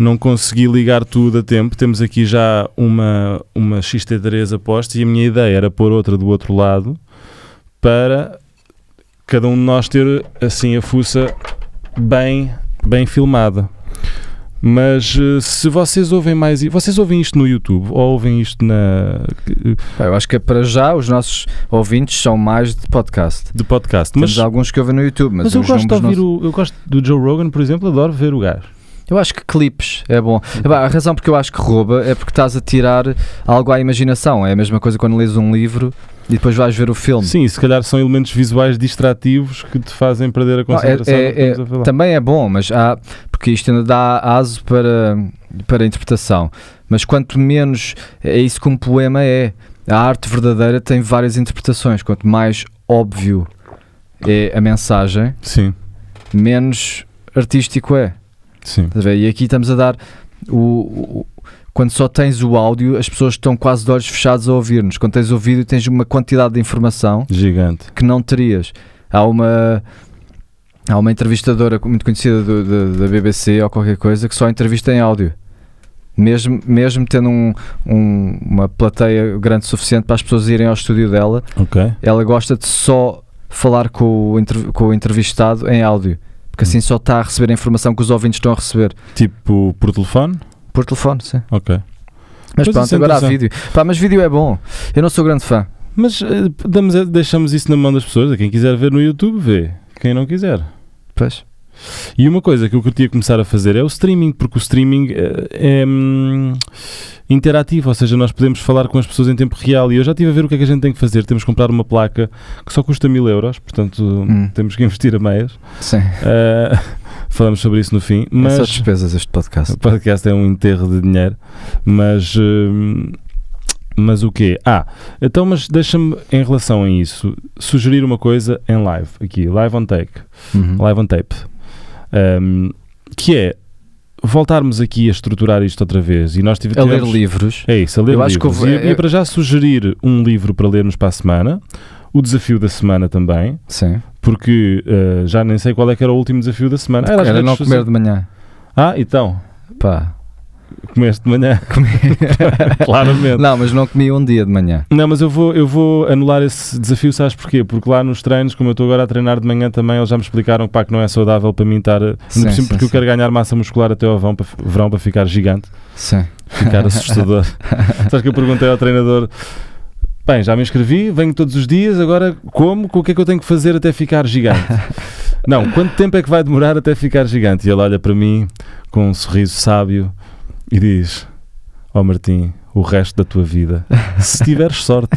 Não consegui ligar tudo a tempo. Temos aqui já uma, uma XT3 a posto e a minha ideia era pôr outra do outro lado para cada um de nós ter assim a fuça bem, bem filmada. Mas eh, se vocês ouvem mais. i- Vocês ouvem isto no YouTube ou ouvem isto na,
Pá, Eu acho que é para já os nossos ouvintes são mais de podcast.
de podcast? Mas,
Mas Temos alguns que ouvem no YouTube, mas,
mas eu
os
gosto de
números
ouvir
não...
o. Eu gosto do Joe Rogan, por exemplo, adoro ver o gajo.
Eu acho que clipes é bom.
Uhum.
Pá, a razão porque eu acho que rouba é porque estás a tirar algo à imaginação. É a mesma coisa quando lês um livro e depois vais ver o filme.
Sim, e se calhar são elementos visuais distrativos que te fazem perder a
Não, é-
concentração.
é-
do que um estamos a falar.
Também é bom, mas há, porque isto ainda dá aso para, para interpretação. Mas quanto menos é isso que um poema é, a arte verdadeira tem várias interpretações. Quanto mais óbvio é a mensagem,
Sim,
menos artístico é.
sim.
Estás a ver? E aqui estamos a dar o, o- Quando só tens o áudio, as pessoas estão quase de olhos fechados a ouvir-nos. Quando tens o vídeo, tens uma quantidade de informação
Gigante.
que não terias. Há uma há uma entrevistadora muito conhecida do- da- da BBC ou qualquer coisa que só entrevista em áudio. Mesmo, mesmo tendo um- um- uma plateia grande o suficiente para as pessoas irem ao estúdio dela,
Ok.
ela gosta de só falar com o, inter- com o entrevistado em áudio. Porque
Hum.
assim só está a receber a informação que os ouvintes estão a receber.
Tipo por telefone?
Por telefone, sim.
Ok.
Mas
Pois
pronto,
isso é
agora há
interessante.
vídeo. Pá, mas vídeo é bom. Eu não sou grande fã.
Mas eh, damos- deixamos isso na mão das pessoas. Quem quiser ver no YouTube, vê. Quem não quiser.
Pois.
E uma coisa que eu queria começar a fazer é o streaming, porque o streaming eh, é, hum, interativo, ou seja, nós podemos falar com as pessoas em tempo real. E eu já estive a ver o que é que a gente tem que fazer. Temos que comprar uma placa que só custa mil euros, portanto
Hum.
temos que investir a meias.
Sim.
Eh, falamos sobre isso no fim.
É só
Mas
despesas este podcast.
o podcast é um enterro de dinheiro, mas. hum, mas o quê? Ah, então, mas deixa-me, em relação a isso, sugerir uma coisa em live, aqui, live on take
Uhum.
live on tape, Um, que é voltarmos aqui a estruturar isto outra vez e nós tive-
A ler
tivemos-
livros.
É isso, a ler
Eu
livros.
acho que eu vou-
E- e,
é-
para já sugerir um livro para lermos para a semana, o desafio da semana também,
Sim.
porque eh, já nem sei qual é que era o último desafio da semana. Ah, era as
Era
redes
não comer
sociais.
de manhã.
Ah, então,
Pá.
comeste de manhã, claramente.
não, mas não comi um dia de manhã.
Não, mas eu vou, eu vou anular esse desafio, sabes porquê? Porque lá nos treinos, como eu estou agora a treinar de manhã também, eles já me explicaram pá, que não é saudável para mim estar. Ainda
Sim,
por cima,
sim,
porque eu
sim.
quero ganhar massa muscular até ao verão para, verão para ficar gigante,
Sim.
ficar assustador. sabes que eu perguntei ao treinador Bem, já me inscrevi, venho todos os dias, agora como? Com o que é que eu tenho que fazer até ficar gigante? Não, quanto tempo é que vai demorar até ficar gigante? E ele olha para mim com um sorriso sábio e diz: Ó Martim, o resto da tua vida, se tiveres sorte.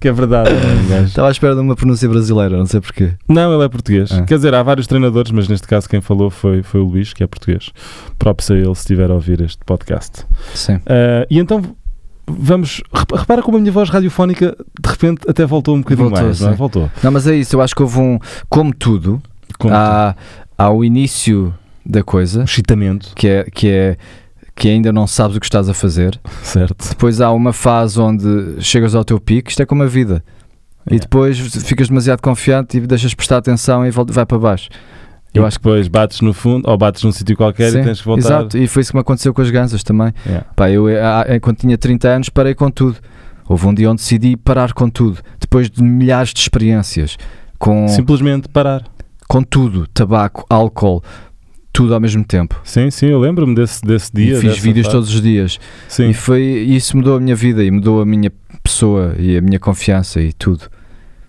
que é verdade, não é, um gajo?
Estava à espera de uma pronúncia brasileira, não sei porquê.
Não, ele é português.
Então- Ah.
Quer dizer, há vários treinadores, mas neste caso quem falou foi, foi o Luís, que é português. Próprio a ele se estiver a ouvir este podcast.
Sim.
Ah, e então vamos. rep- Repara como a minha voz radiofónica de repente até voltou um bocadinho
Voltou,
mais, não é?
sim.
Voltou.
Não, mas é isso, eu acho que houve um. Como tudo,
Com um
há, há o início da coisa,
excitamento,
que é, que é que ainda não sabes o que estás a fazer.
certo?
Depois há uma fase onde chegas ao teu pico, isto é como a vida. E
Yeah.
depois ficas demasiado confiante e deixas de prestar atenção e volta- vai para baixo. Eu
e
acho
depois bates no fundo ou bates num sítio qualquer
Sim,
e tens que voltar.
Exato, e foi isso que me aconteceu com as ganzas também.
Yeah.
Pá, eu, eh, ah, eh, quando tinha 30 anos, parei com tudo. Houve um dia onde decidi parar com tudo, depois de milhares de experiências, com,
Simplesmente parar.
com tudo: tabaco, álcool, tudo ao mesmo tempo.
Sim, sim, eu lembro-me desse, desse dia.
e fiz
dessa
vídeos
fase.
todos os dias.
Sim,
E foi, e isso mudou a minha vida e mudou a minha pessoa e a minha confiança e tudo.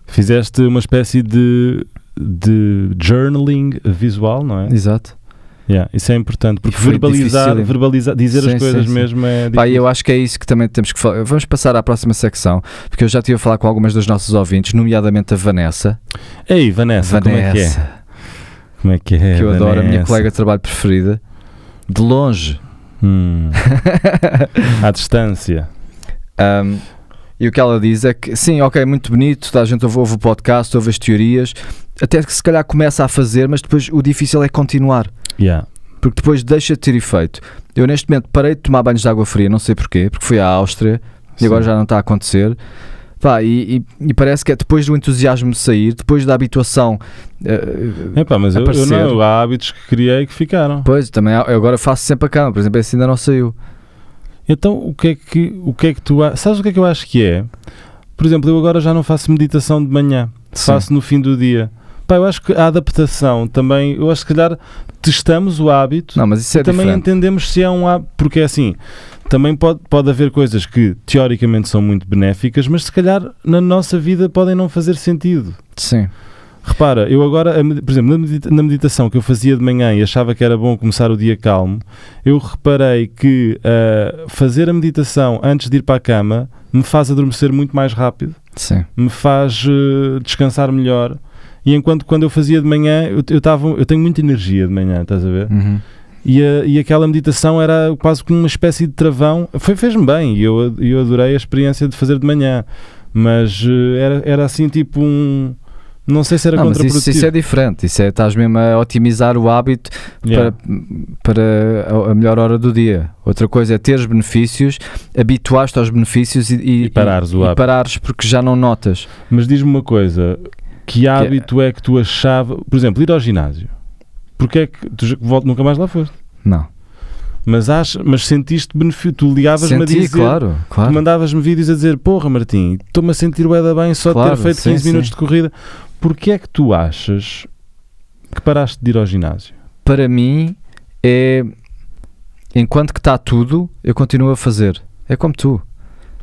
fizeste uma espécie de, de journaling visual, não é?
Exato.
Yeah, isso é importante, porque
E foi
verbalizar,
dificílimo.
verbalizar, dizer
Sim,
as coisas
sim, sim.
mesmo é
Pá, e
difícil.
eu acho que é isso que também temos que falar. Vamos passar à próxima secção, porque eu já estive a falar com algumas das nossas ouvintes, nomeadamente a Vanessa.
Ei, Vanessa, como é que é? Como é que é?
que eu adoro, a minha
Vanessa?
colega de trabalho preferida, de longe.
Hum, à distância.
Um, e o que ela diz é que, sim, ok, muito bonito, toda a gente ouve, ouve o podcast, ouve as teorias, até que se calhar começa a fazer, mas depois o difícil é continuar,
Yeah.
porque depois deixa de ter efeito. Eu neste momento parei de tomar banhos de água fria, não sei porquê, porque fui à Áustria e
Sim.
agora já não está a acontecer. Pá, e, e- e parece que é depois do entusiasmo sair, depois da habituação. eh,
Epá, mas eu, eu
Aparecer.
não, há hábitos que criei que ficaram.
pois, também há- eu agora faço sempre a cama, por exemplo, esse ainda não saiu.
Então, o que é que, o que, é que tu... a- Sabes o que é que eu acho que é? Por exemplo, eu agora já não faço meditação de manhã. faço no fim do dia. Pá, eu acho que a adaptação também, eu acho que se calhar testamos o hábito
Não, mas isso é
e também
diferente.
entendemos se é um hábito, porque é assim, também pode, pode haver coisas que teoricamente são muito benéficas, mas se calhar na nossa vida podem não fazer sentido.
Sim.
Repara, eu agora, a med- por exemplo, na medita- na meditação que eu fazia de manhã e achava que era bom começar o dia calmo, eu reparei que ah, fazer a meditação antes de ir para a cama me faz adormecer muito mais rápido
Sim.
me faz eh, descansar melhor. E enquanto quando eu fazia de manhã, eu, eu, tava, eu tenho muita energia de manhã, estás a ver?
Uhum.
E, a- e aquela meditação era quase como uma espécie de travão. Foi, fez-me bem e eu, ad- eu adorei a experiência de fazer de manhã. Mas eh, era, era assim tipo um. Não sei se era
Não, mas
contraprodutivo.
isso, isso é diferente. Isso é, estás mesmo a otimizar o hábito
Yeah.
para, para a- a melhor hora do dia. Outra coisa é teres benefícios, habituaste aos benefícios e, e-
E parares o
e
hábito.
parares porque já não notas.
Mas diz-me uma coisa: que hábito é que tu achava. Por exemplo, ir ao ginásio. Porque é que. Tu já- volta- nunca mais lá foste.
Não.
Mas, ach, mas sentiste benefício. Tu ligavas-me a
Senti,
dizer.
claro,
Tu
claro.
mandavas-me vídeos a dizer: Porra, Martim, estou-me a sentir bué da bem só de
Claro,
ter feito
sim,
15
sim.
minutos de corrida. Porquê é que tu achas que paraste de ir ao ginásio?
Para mim é enquanto que está tudo, eu continuo a fazer. É como tu.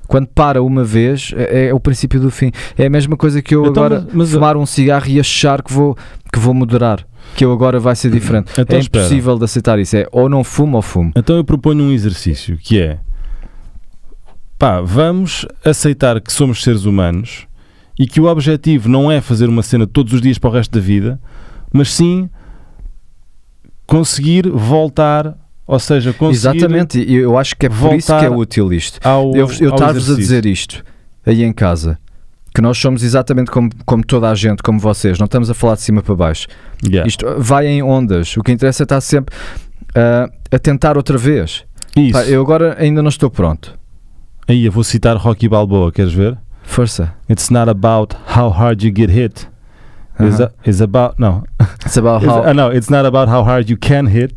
Quando para uma vez, é, é o princípio do fim. É a mesma coisa que eu
Então,
agora
mas- mas-
fumar um cigarro e achar que vou, que vou moderar, que eu agora vai ser diferente.
Então,
é
espera.
impossível de aceitar isso. É ou não fumo ou fumo.
Então eu proponho um exercício que é: pá, vamos aceitar que somos seres humanos e que o objetivo não é fazer uma cena todos os dias para o resto da vida, mas sim conseguir voltar, ou seja, conseguir
Exatamente, e eu acho que é por isso que é
voltar
útil isto.
ao
Eu, eu
ao
estar-vos a
exercício.
dizer isto aí em casa. Que nós somos exatamente como, como toda a gente, como vocês, não estamos a falar de cima para baixo.
Yeah.
Isto uh, vai em ondas. O que interessa é estar sempre uh, a tentar outra vez.
Isso.
Pá, eu agora ainda não estou pronto.
Aí eu vou citar Rocky Balboa, queres ver?
Força.
It's not about how hard you get hit. It's,
Aham.
a- it's about no.
It's about
It's,
how
uh, no, it's not about how hard you can hit.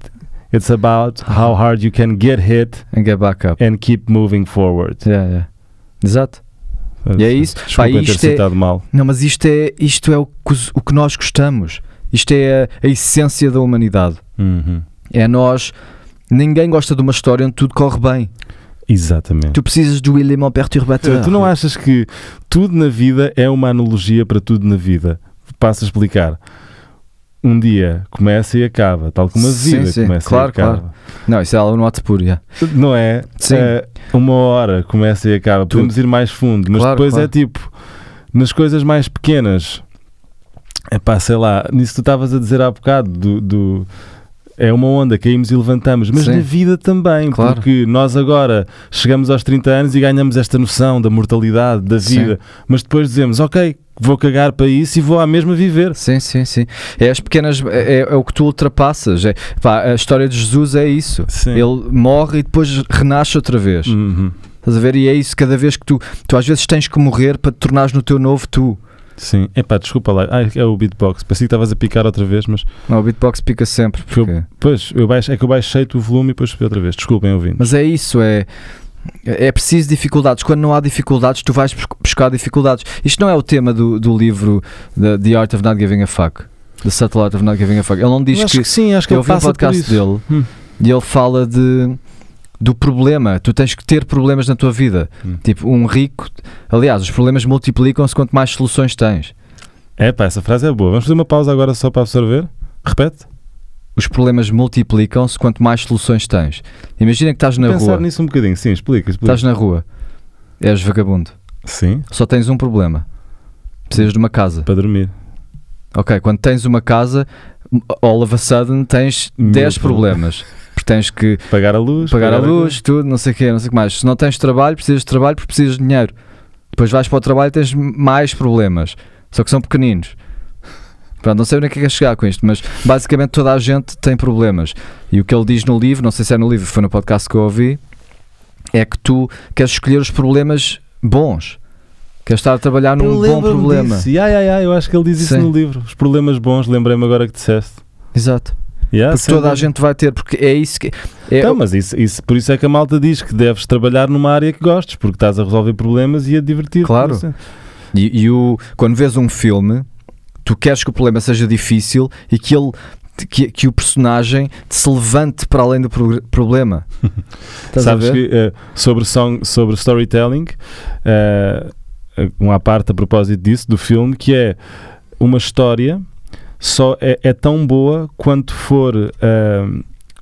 It's about how hard you can get hit
and get back up.
and keep moving forward.
Yeah, yeah. Exato. E é isso.
Desculpa
Pá,
eu ter
isto é-
citado mal.
Não, mas isto é, isto é o, que, os- o que nós gostamos. Isto é a- a essência da humanidade.
Uhum.
É nós. Ninguém gosta de uma história onde tudo corre bem.
Exatamente.
Tu precisas do elemento perturbateur.
Tu não é. achas que tudo na vida é uma analogia para tudo na vida? Passo a explicar. Um dia começa e acaba, tal como a
Sim,
vida
sim,
começa
claro,
e acaba.
Não, isso é aula no ato puro, yeah.
Não é?
Sim.
É, uma hora começa e acaba.
Tudo.
Podemos ir mais fundo, mas
Claro,
depois
claro.
é tipo nas coisas mais pequenas. É pá, sei lá, nisso tu estavas a dizer há bocado do. do- é uma onda, caímos e levantamos, mas
Sim.
na vida também,
Claro.
porque nós agora chegamos aos 30 anos e ganhamos esta noção da mortalidade, da
Sim.
vida, mas depois dizemos, ok, vou cagar para isso e vou à mesma viver.
Sim, sim, sim. É as pequenas. É, é- é o que tu ultrapassas. É, pá, a história de Jesus é isso.
Sim.
Ele morre e depois renasce outra vez.
Uhum.
Estás a ver? E é isso, cada vez que tu. Tu às vezes tens que morrer para te tornares no teu novo tu.
Sim, epá, desculpa lá, Ai, é o beatbox, parecia que estavas a picar outra vez, mas
Não, o beatbox pica sempre.
Foi o-
porque-
Pois, eu baixo, é que eu baixei-te o volume e depois subi outra vez. Desculpem, ouvindo.
Mas é isso, é. É preciso dificuldades. Quando não há dificuldades, tu vais bus- buscar dificuldades. Isto não é o tema do, do livro The, The Art of Not Giving a Fuck. The Subtle Art of Not Giving a Fuck. Ele não diz
acho
que.
que sim, acho que
eu
ele
ouvi um
passa por
podcast
isso.
dele
Hum.
e ele fala de do problema. Tu tens que ter problemas na tua vida.
Hum.
Tipo, um rico. Aliás, os problemas multiplicam-se quanto mais soluções tens.
É pá, essa frase é boa. Vamos fazer uma pausa agora só para absorver? Repete?
Os problemas multiplicam-se quanto mais soluções tens. Imagina que estás na
Pensar
rua.
nisso um bocadinho. Sim, explica, explica.
Estás na rua. És vagabundo.
Sim,
Só tens um problema. Precisas de uma casa.
para dormir.
Ok, quando tens uma casa, all of a sudden tens
Mil
10 problemas. Porque tens que
Pagar a luz.
pagar a luz, tudo, não sei o quê, não sei o que mais. Se não tens trabalho, precisas de trabalho porque precisas de dinheiro. Depois vais para o trabalho e tens mais problemas. Só que são pequeninos. Pronto, não sei onde é que é que é chegar com isto, mas basicamente toda a gente tem problemas. E o que ele diz no livro, não sei se é no livro, foi no podcast que eu ouvi, é que tu queres escolher os problemas bons. Queres estar a trabalhar num bom problema.
Disso. Ai, ai, ai, eu acho que ele diz isso
Sim.
no livro. Os problemas bons, lembrei-me agora que disseste.
Exato.
Yeah,
Porque
Ah, sem
toda a
dúvida.
gente vai ter, porque é isso que. É,
Então, mas isso, isso, por isso é que a malta diz que deves trabalhar numa área que gostes, porque estás a resolver problemas e a divertir-te.
Claro.
Isso é-
E, e o, quando vês um filme, tu queres que o problema seja difícil e que ele que, que o personagem se levante para além do progr- problema. Estás a
Sabes
ver?
que eh, sobre, song, sobre storytelling, eh, um à parte a propósito disso, do filme, que é uma história só é, é tão boa quanto for eh,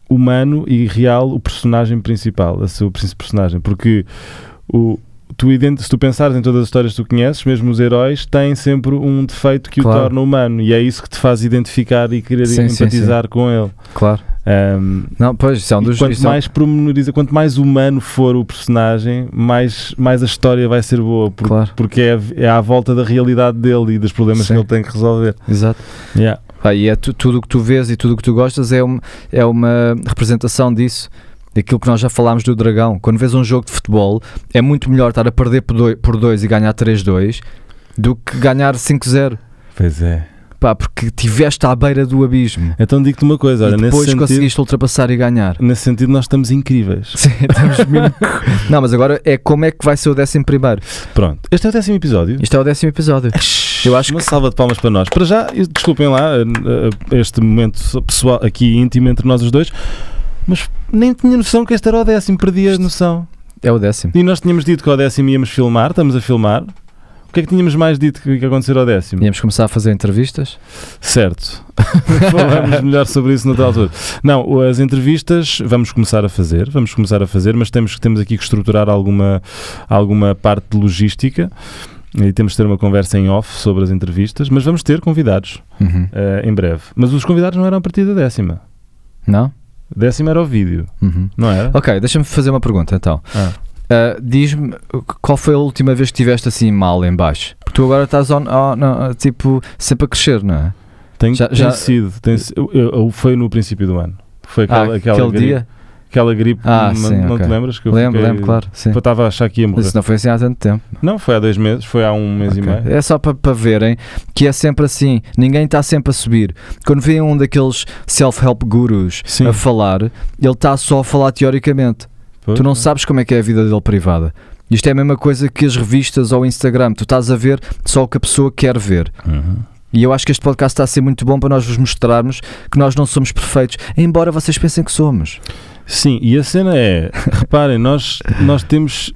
humano e real o personagem principal, a seu principal personagem, porque o Tu, ident- se tu pensares em todas as histórias que tu conheces, mesmo os heróis têm sempre um defeito que
Claro.
o torna humano e é isso que te faz identificar e querer
Sim, sim,
empatizar com ele. Ehm,
Claro.
Ahm,
Não, pois, isso é um
e
dos.
quanto
isso é um-
mais promenorizado, quanto mais humano for o personagem, mais, mais a história vai ser boa, por-
Claro,
porque é, a- é à volta da realidade dele e dos problemas
Sim.
que ele tem que resolver.
exato. Pá, e é tu- tudo o que tu vês e tudo o que tu gostas é, um, é uma representação disso. Daquilo que nós já falámos do Dragão. Quando vês um jogo de futebol, é muito melhor estar a perder por doi- por 2 e ganhar 3-2 do que ganhar 5-0.
Pois é.
Pá, porque tiveste à beira do abismo.
Então digo-te uma coisa, olha,
e
nesse
depois
sentido,
conseguiste ultrapassar e ganhar.
nesse sentido nós estamos incríveis.
Sim, estamos mesmo- Não, mas agora é como é que vai ser o décimo primeiro.
Pronto, este é o décimo episódio.
Isto é o décimo episódio. Eu acho
uma salva de palmas para nós. Para já, eu- desculpem lá eh, eh, este momento pessoal aqui íntimo entre nós os dois, mas nem tinha noção que este era o décimo, perdi a noção.
É o décimo.
E nós tínhamos dito que ao décimo íamos filmar, estamos a filmar. O que é que tínhamos mais dito que ia acontecer ao décimo?
Íamos começar a fazer entrevistas.
Certo. Falamos melhor sobre isso noutra altura. Não, o- as entrevistas vamos começar a fazer, vamos começar a fazer, mas temos, temos aqui que estruturar alguma, alguma parte de logística e temos de ter uma conversa em off sobre as entrevistas, mas vamos ter convidados
Uhum.
eh, em breve. Mas os convidados não eram a partir da décima.
Não?
A décima era o vídeo,
Uhum.
não era?
Ok, deixa-me fazer uma pergunta então.
Ah.
Ah, Diz-me qual foi a última vez que tiveste assim mal em baixo? Porque tu agora estás on, on- on- tipo sempre a crescer, não é?
Tem,
Já-
tem
já-
sido, tem si- eu- eu- foi no princípio do ano. Foi aquela,
Ah,
aquela
aquele
gripe-
dia?
Aquela gripe,
Ah,
não,
sim,
não
ok.
te lembras? Que eu
Lembro,
fiquei-
lembro, claro. Sim.
Eu estava a achar que ia morrer.
Isso não foi assim há tanto tempo.
Não, foi há dois meses, foi há um mês e
Ok.
meio.
É só para para verem que é sempre assim, ninguém está sempre a subir. Quando vê um daqueles self-help gurus
Sim.
a falar, ele está só a falar teoricamente.
Pois.
Tu não sabes como é que é a vida dele privada. Isto é a mesma coisa que as revistas ou o Instagram, tu estás a ver só o que a pessoa quer ver.
Uhum.
E eu acho que este podcast está a ser muito bom para nós vos mostrarmos que nós não somos perfeitos, embora vocês pensem que somos.
Sim, e a cena é, reparem, nós, nós temos.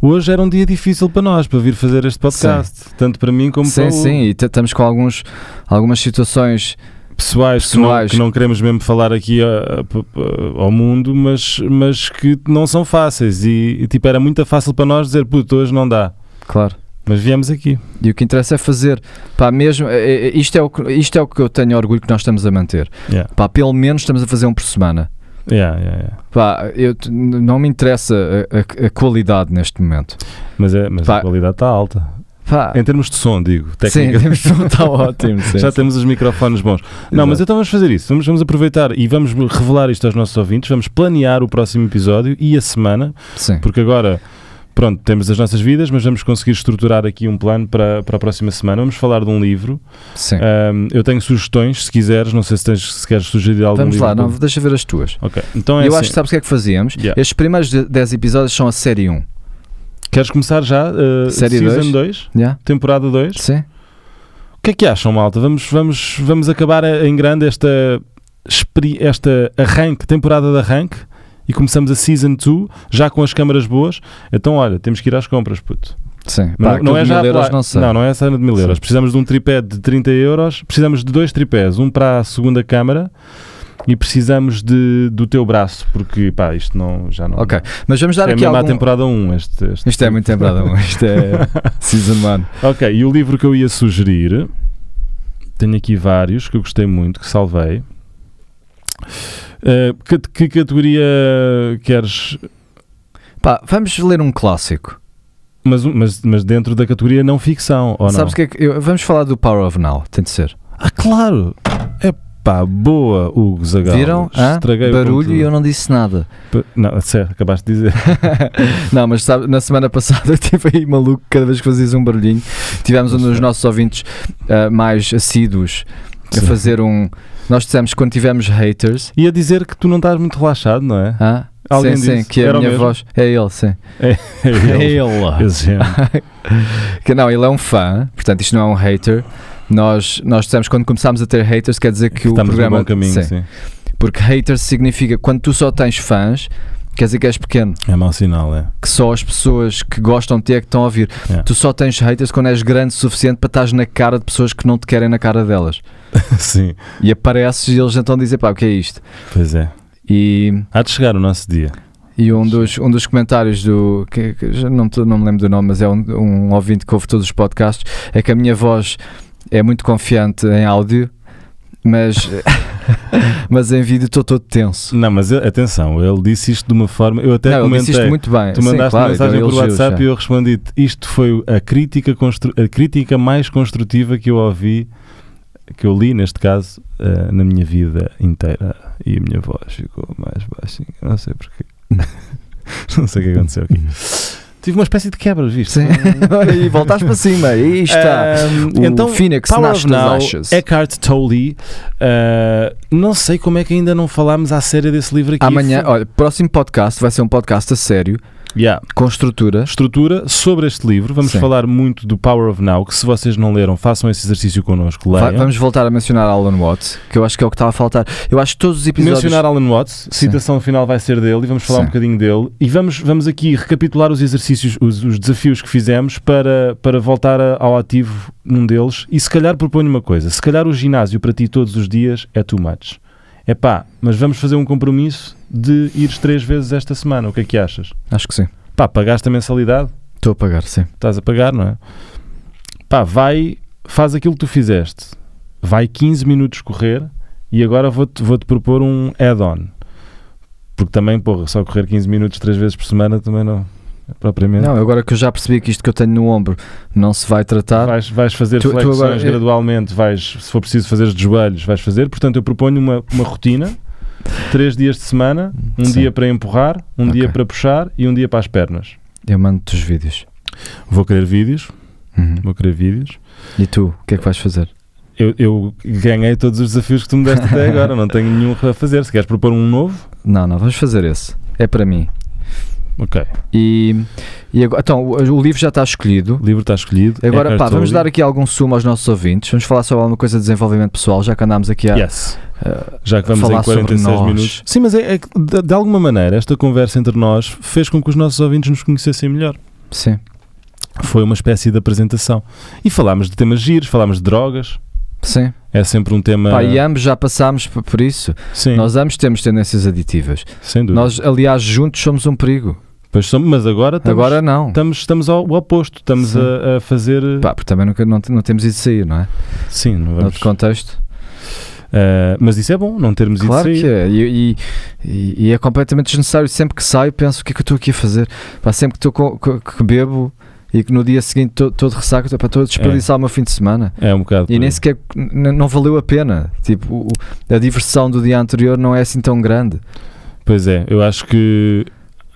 Hoje era um dia difícil para nós, para vir fazer este podcast, tanto para mim como para
Sim,
o
sim, e t- estamos com alguns, algumas situações.
pessoais, que não-
Pessoais.
Que, não, queremos mesmo falar aqui a- a- p- p- ao mundo, mas, mas que não são fáceis. E, e, tipo, era muito fácil para nós dizer, puto, hoje não dá.
Claro.
Mas viemos aqui.
E o que interessa é fazer. Pá, mesmo, é- é- isto, é o, que- isto é o que eu tenho orgulho que nós estamos a manter.
Yeah.
Pá, pelo menos estamos a fazer um por semana.
Yeah, yeah, yeah.
Pá, eu, t- n- não me interessa a, a- a qualidade neste momento.
Mas, é, mas
Pá.
a qualidade está alta.
Pá,
Em termos de som, digo,
Ah. sim,
técnica.
temos está tá ótimo. Sim,
Já temos os microfones bons. Não, mas então vamos fazer isso. Vamos, vamos aproveitar e vamos revelar isto aos nossos ouvintes. Vamos planear o próximo episódio e a semana
Sim.
Porque agora, pronto, temos as nossas vidas, mas vamos conseguir estruturar aqui um plano para, para a próxima semana. Vamos falar de um livro.
sim.
Ahm, eu tenho sugestões, se quiseres, não sei se, tens, se queres sugerir algum
Vamos
livro.
lá, não, deixa ver as tuas.
Ok, então é
eu
assim.
acho que sabes o que é que fazíamos?
Yeah.
Estes primeiros 10 episódios são a série 1.
Queres começar já? ah,
tá- Série
season 2,
Yeah?
temporada 2.
Sim?
O que é que acham, malta? Vamos, vamos, vamos acabar a- em grande esta, experi- esta arranque, temporada de arranque. E começamos a Season 2, já com as câmaras boas. Então, olha, temos que ir às compras, puto.
Sim.
Mas
Pá,
não, não é
aquilo de
já
mil euros,
pla-
não sei.
não, não é a cena de mil
Sim.
euros. Precisamos de um tripé de 30 euros, precisamos de dois tripés, um para a segunda câmara e precisamos de, do teu braço, porque pá, isto não, já não.
Ok, mas vamos dar
é
aqui
mesmo à
algum...
temporada 1. Este, este
Isto é muito temporada 1, isto é season 1.
Ok, e o livro que eu ia sugerir, tenho aqui vários que eu gostei muito, que salvei. Eh, que, que categoria queres?
Pá, vamos ler um clássico.
Mas, um- mas, mas dentro da categoria não ficção, ou não?
Sabes o que é que... eu- Vamos falar do Power of Now, tem de ser.
Ah, claro! É pá, boa, Hugo Zagal.
Viram? Hã?
Estraguei o
Barulho
conteúdo.
e eu não disse nada.
Pa- Não, é sério, acabaste de dizer.
não, mas sabe, na semana passada eu estive aí maluco, cada vez que fazias um barulhinho. Tivemos um
é.
dos nossos ouvintes ah, mais assíduos a
Sim.
fazer um... Nós dissemos que quando tivemos haters...
E a dizer que tu não estás muito relaxado, não é?
Hã?
Alguém
sim, sim,
disse,
que a
era o
minha
mesmo.
voz... É ele, sim.
É ele. é,
ele.
Esse género.
Que não, ele é um fã, portanto isto não é um hater. Nós, nós dissemos que quando começámos a ter haters, quer dizer que o
Estamos no
programa.
bom caminho, sim.
Sim, Porque haters significa quando tu só tens fãs, quer dizer que és pequeno,
É mau sinal, é.
que só as pessoas que gostam de ti é que estão a ouvir.
É.
Tu só tens haters quando és grande o suficiente para estás na cara de pessoas que não te querem na cara delas.
sim,
E apareces e eles então dizem, pá, o que é isto?
pois é.
E,
Há de chegar o nosso dia.
e um, dos, um dos comentários do. Que, que já não, me tô- não me lembro do nome, mas é um, um ouvinte que ouve todos os podcasts. É que a minha voz é muito confiante em áudio, mas, mas em vídeo estou todo tenso.
Não, mas ele- atenção, ele disse isto de uma forma. Eu até
não, eu disse
comentei.
isto muito bem.
Tu
Sim,
mandaste
claro,
mensagem
então
por
elogios,
WhatsApp
já.
e eu respondi-te. Isto foi a crítica, constru... a crítica mais construtiva que eu ouvi, que eu li neste caso, eh, na minha vida inteira. E a minha voz ficou mais baixinha. Não sei porquê. não sei o que aconteceu aqui. Tive uma espécie de quebra, viste?
Sim. Olha aí, voltaste para cima. Aí está.
Ahm,
o
então,
Phoenix
Power
nasce
of
das
Now,
achas.
Eckhart Tolle. ah, não sei como é que ainda não falámos à série desse livro aqui.
Amanhã, olha, próximo podcast vai ser um podcast a sério,
Yeah.
com estrutura.
estrutura sobre este livro. Vamos
Sim.
falar muito do Power of Now, que se vocês não leram, façam esse exercício connosco.
Vai-
Leiam.
vamos voltar a mencionar Alan Watts, que eu acho que é o que estava a faltar. Eu acho que todos os episódios.
Mencionar Alan Watts, citação final vai ser dele e vamos falar
Sim.
um bocadinho dele. E vamos, vamos aqui recapitular os exercícios, os, os desafios que fizemos para, para voltar a- ao ativo num deles. E se calhar proponho uma coisa: se calhar o ginásio para ti todos os dias é too much. É pá, mas vamos fazer um compromisso de ires três vezes esta semana. O que é que achas?
Acho que sim.
Pá, pagaste a mensalidade?
Estou a pagar, sim.
estás a pagar, não é? Pá, vai, faz aquilo que tu fizeste. Vai 15 minutos correr e agora vou-te vou -te propor um add-on. Porque também, porra, só correr 15 minutos três vezes por semana também não é propriamente.
Não, agora que eu já percebi que isto que eu tenho no ombro não se vai tratar.
Vais, vais fazer
tá. Tu- tu
flexões
agora-
gradualmente, vais, se for preciso fazer de joelhos, vais fazer. Portanto, eu proponho uma, uma rotina, três dias de semana, um
Sim.
dia para empurrar, um
Ok.
dia para puxar e um dia para as pernas.
Eu mando-te os vídeos.
Vou querer vídeos,
Uhum.
vou querer vídeos.
E tu, o que é que vais fazer?
Eu, eu ganhei todos os desafios que tu me deste até agora, não tenho nenhum a fazer. Se queres propor um novo,
Não, não, vamos fazer esse. É para mim.
Ok.
E, e agora, então, o, o livro já está escolhido.
O livro está escolhido. é
Agora,
Eckhart
pá, vamos
Tolle.
dar aqui algum sumo aos nossos ouvintes. Vamos falar sobre alguma coisa de desenvolvimento pessoal, já que andámos aqui a.
Yes.
a-
Já que vamos
falar
em 46
sobre nós.
minutos. Sim, mas é, é que de, de alguma maneira esta conversa entre nós fez com que os nossos ouvintes nos conhecessem melhor.
sim,
Foi uma espécie de apresentação. E falámos de temas giros, falámos de drogas.
sim.
É sempre um tema.
Pá, e ambos já passámos por, por isso.
Sim,
Nós ambos temos tendências aditivas.
sem dúvida.
Nós, aliás, juntos somos um perigo.
Pois somos- mas agora estamos,
Agora não.
estamos, estamos ao, ao oposto. Estamos
Sim.
a, a fazer.
Pá, porque também nunca, não, não temos ido sair, não é?
Sim, não vamos.
Noutro contexto.
Ah, mas isso é bom, não termos
Claro
ido
que
sair.
é. E, e- e- e é completamente desnecessário. Sempre que saio, penso o que é que eu estou aqui a fazer. Pá, sempre que, estou com- que, que bebo e que no dia seguinte estou estou de ressaca, estou pá, estou a desperdiçar o meu fim de semana.
É, um bocado.
E nem sequer n- não valeu a pena. Tipo, o- o- a diversão do dia anterior não é assim tão grande.
Pois é, eu acho que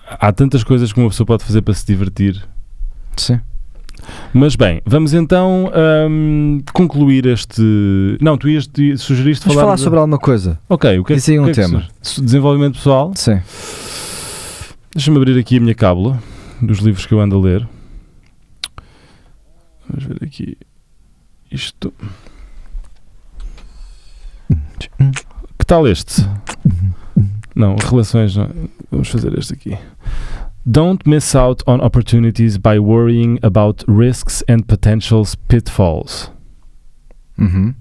há tantas coisas que uma pessoa pode fazer para se divertir.
Sim.
Mas bem, vamos então ahm, concluir este. Não, tu ias tu ias- sugeriste
Vamos
falar.
falar
de-
sobre alguma coisa.
Ok, o que é
Diz aí
o
um
que é que
tema.
sugeres? Su- Desenvolvimento pessoal.
Sim.
Deixa-me abrir aqui a minha cábula dos livros que eu ando a ler. Vamos ver aqui. Isto. Que tal este? Não, relações. Não. Vamos fazer este aqui. Don't miss out on opportunities by worrying about risks and potential pitfalls.
Uhum.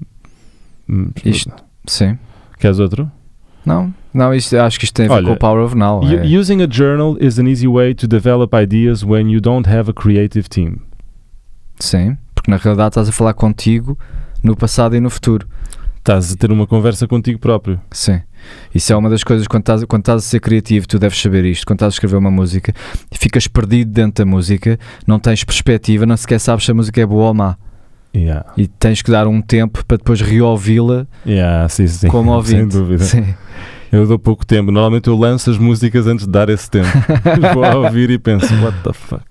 Hum,
Isto- Sim.
Queres outro?
Não, não isto, acho que isto tem a ver
Olha,
com o Power of Now.
U-
é.
Using a journal is an easy way to develop ideas when you don't have a creative team.
Sim. Porque na realidade estás a falar contigo no passado e no futuro.
Estás a ter uma conversa contigo próprio.
Sim. Isso é uma das coisas quando estás, quando estás a ser criativo, tu deves saber isto. Quando estás a escrever uma música, ficas perdido dentro da música, não tens perspectiva, não sequer sabes se a música é boa ou má.
Yeah.
E tens que dar um tempo para depois reouvi-la
Yeah, sim, sim.
como
Sem
ouvinte.
dúvida.
Sim.
Eu dou pouco tempo. Normalmente eu lanço as músicas antes de dar esse tempo. Vou a ouvir e penso, what the fuck.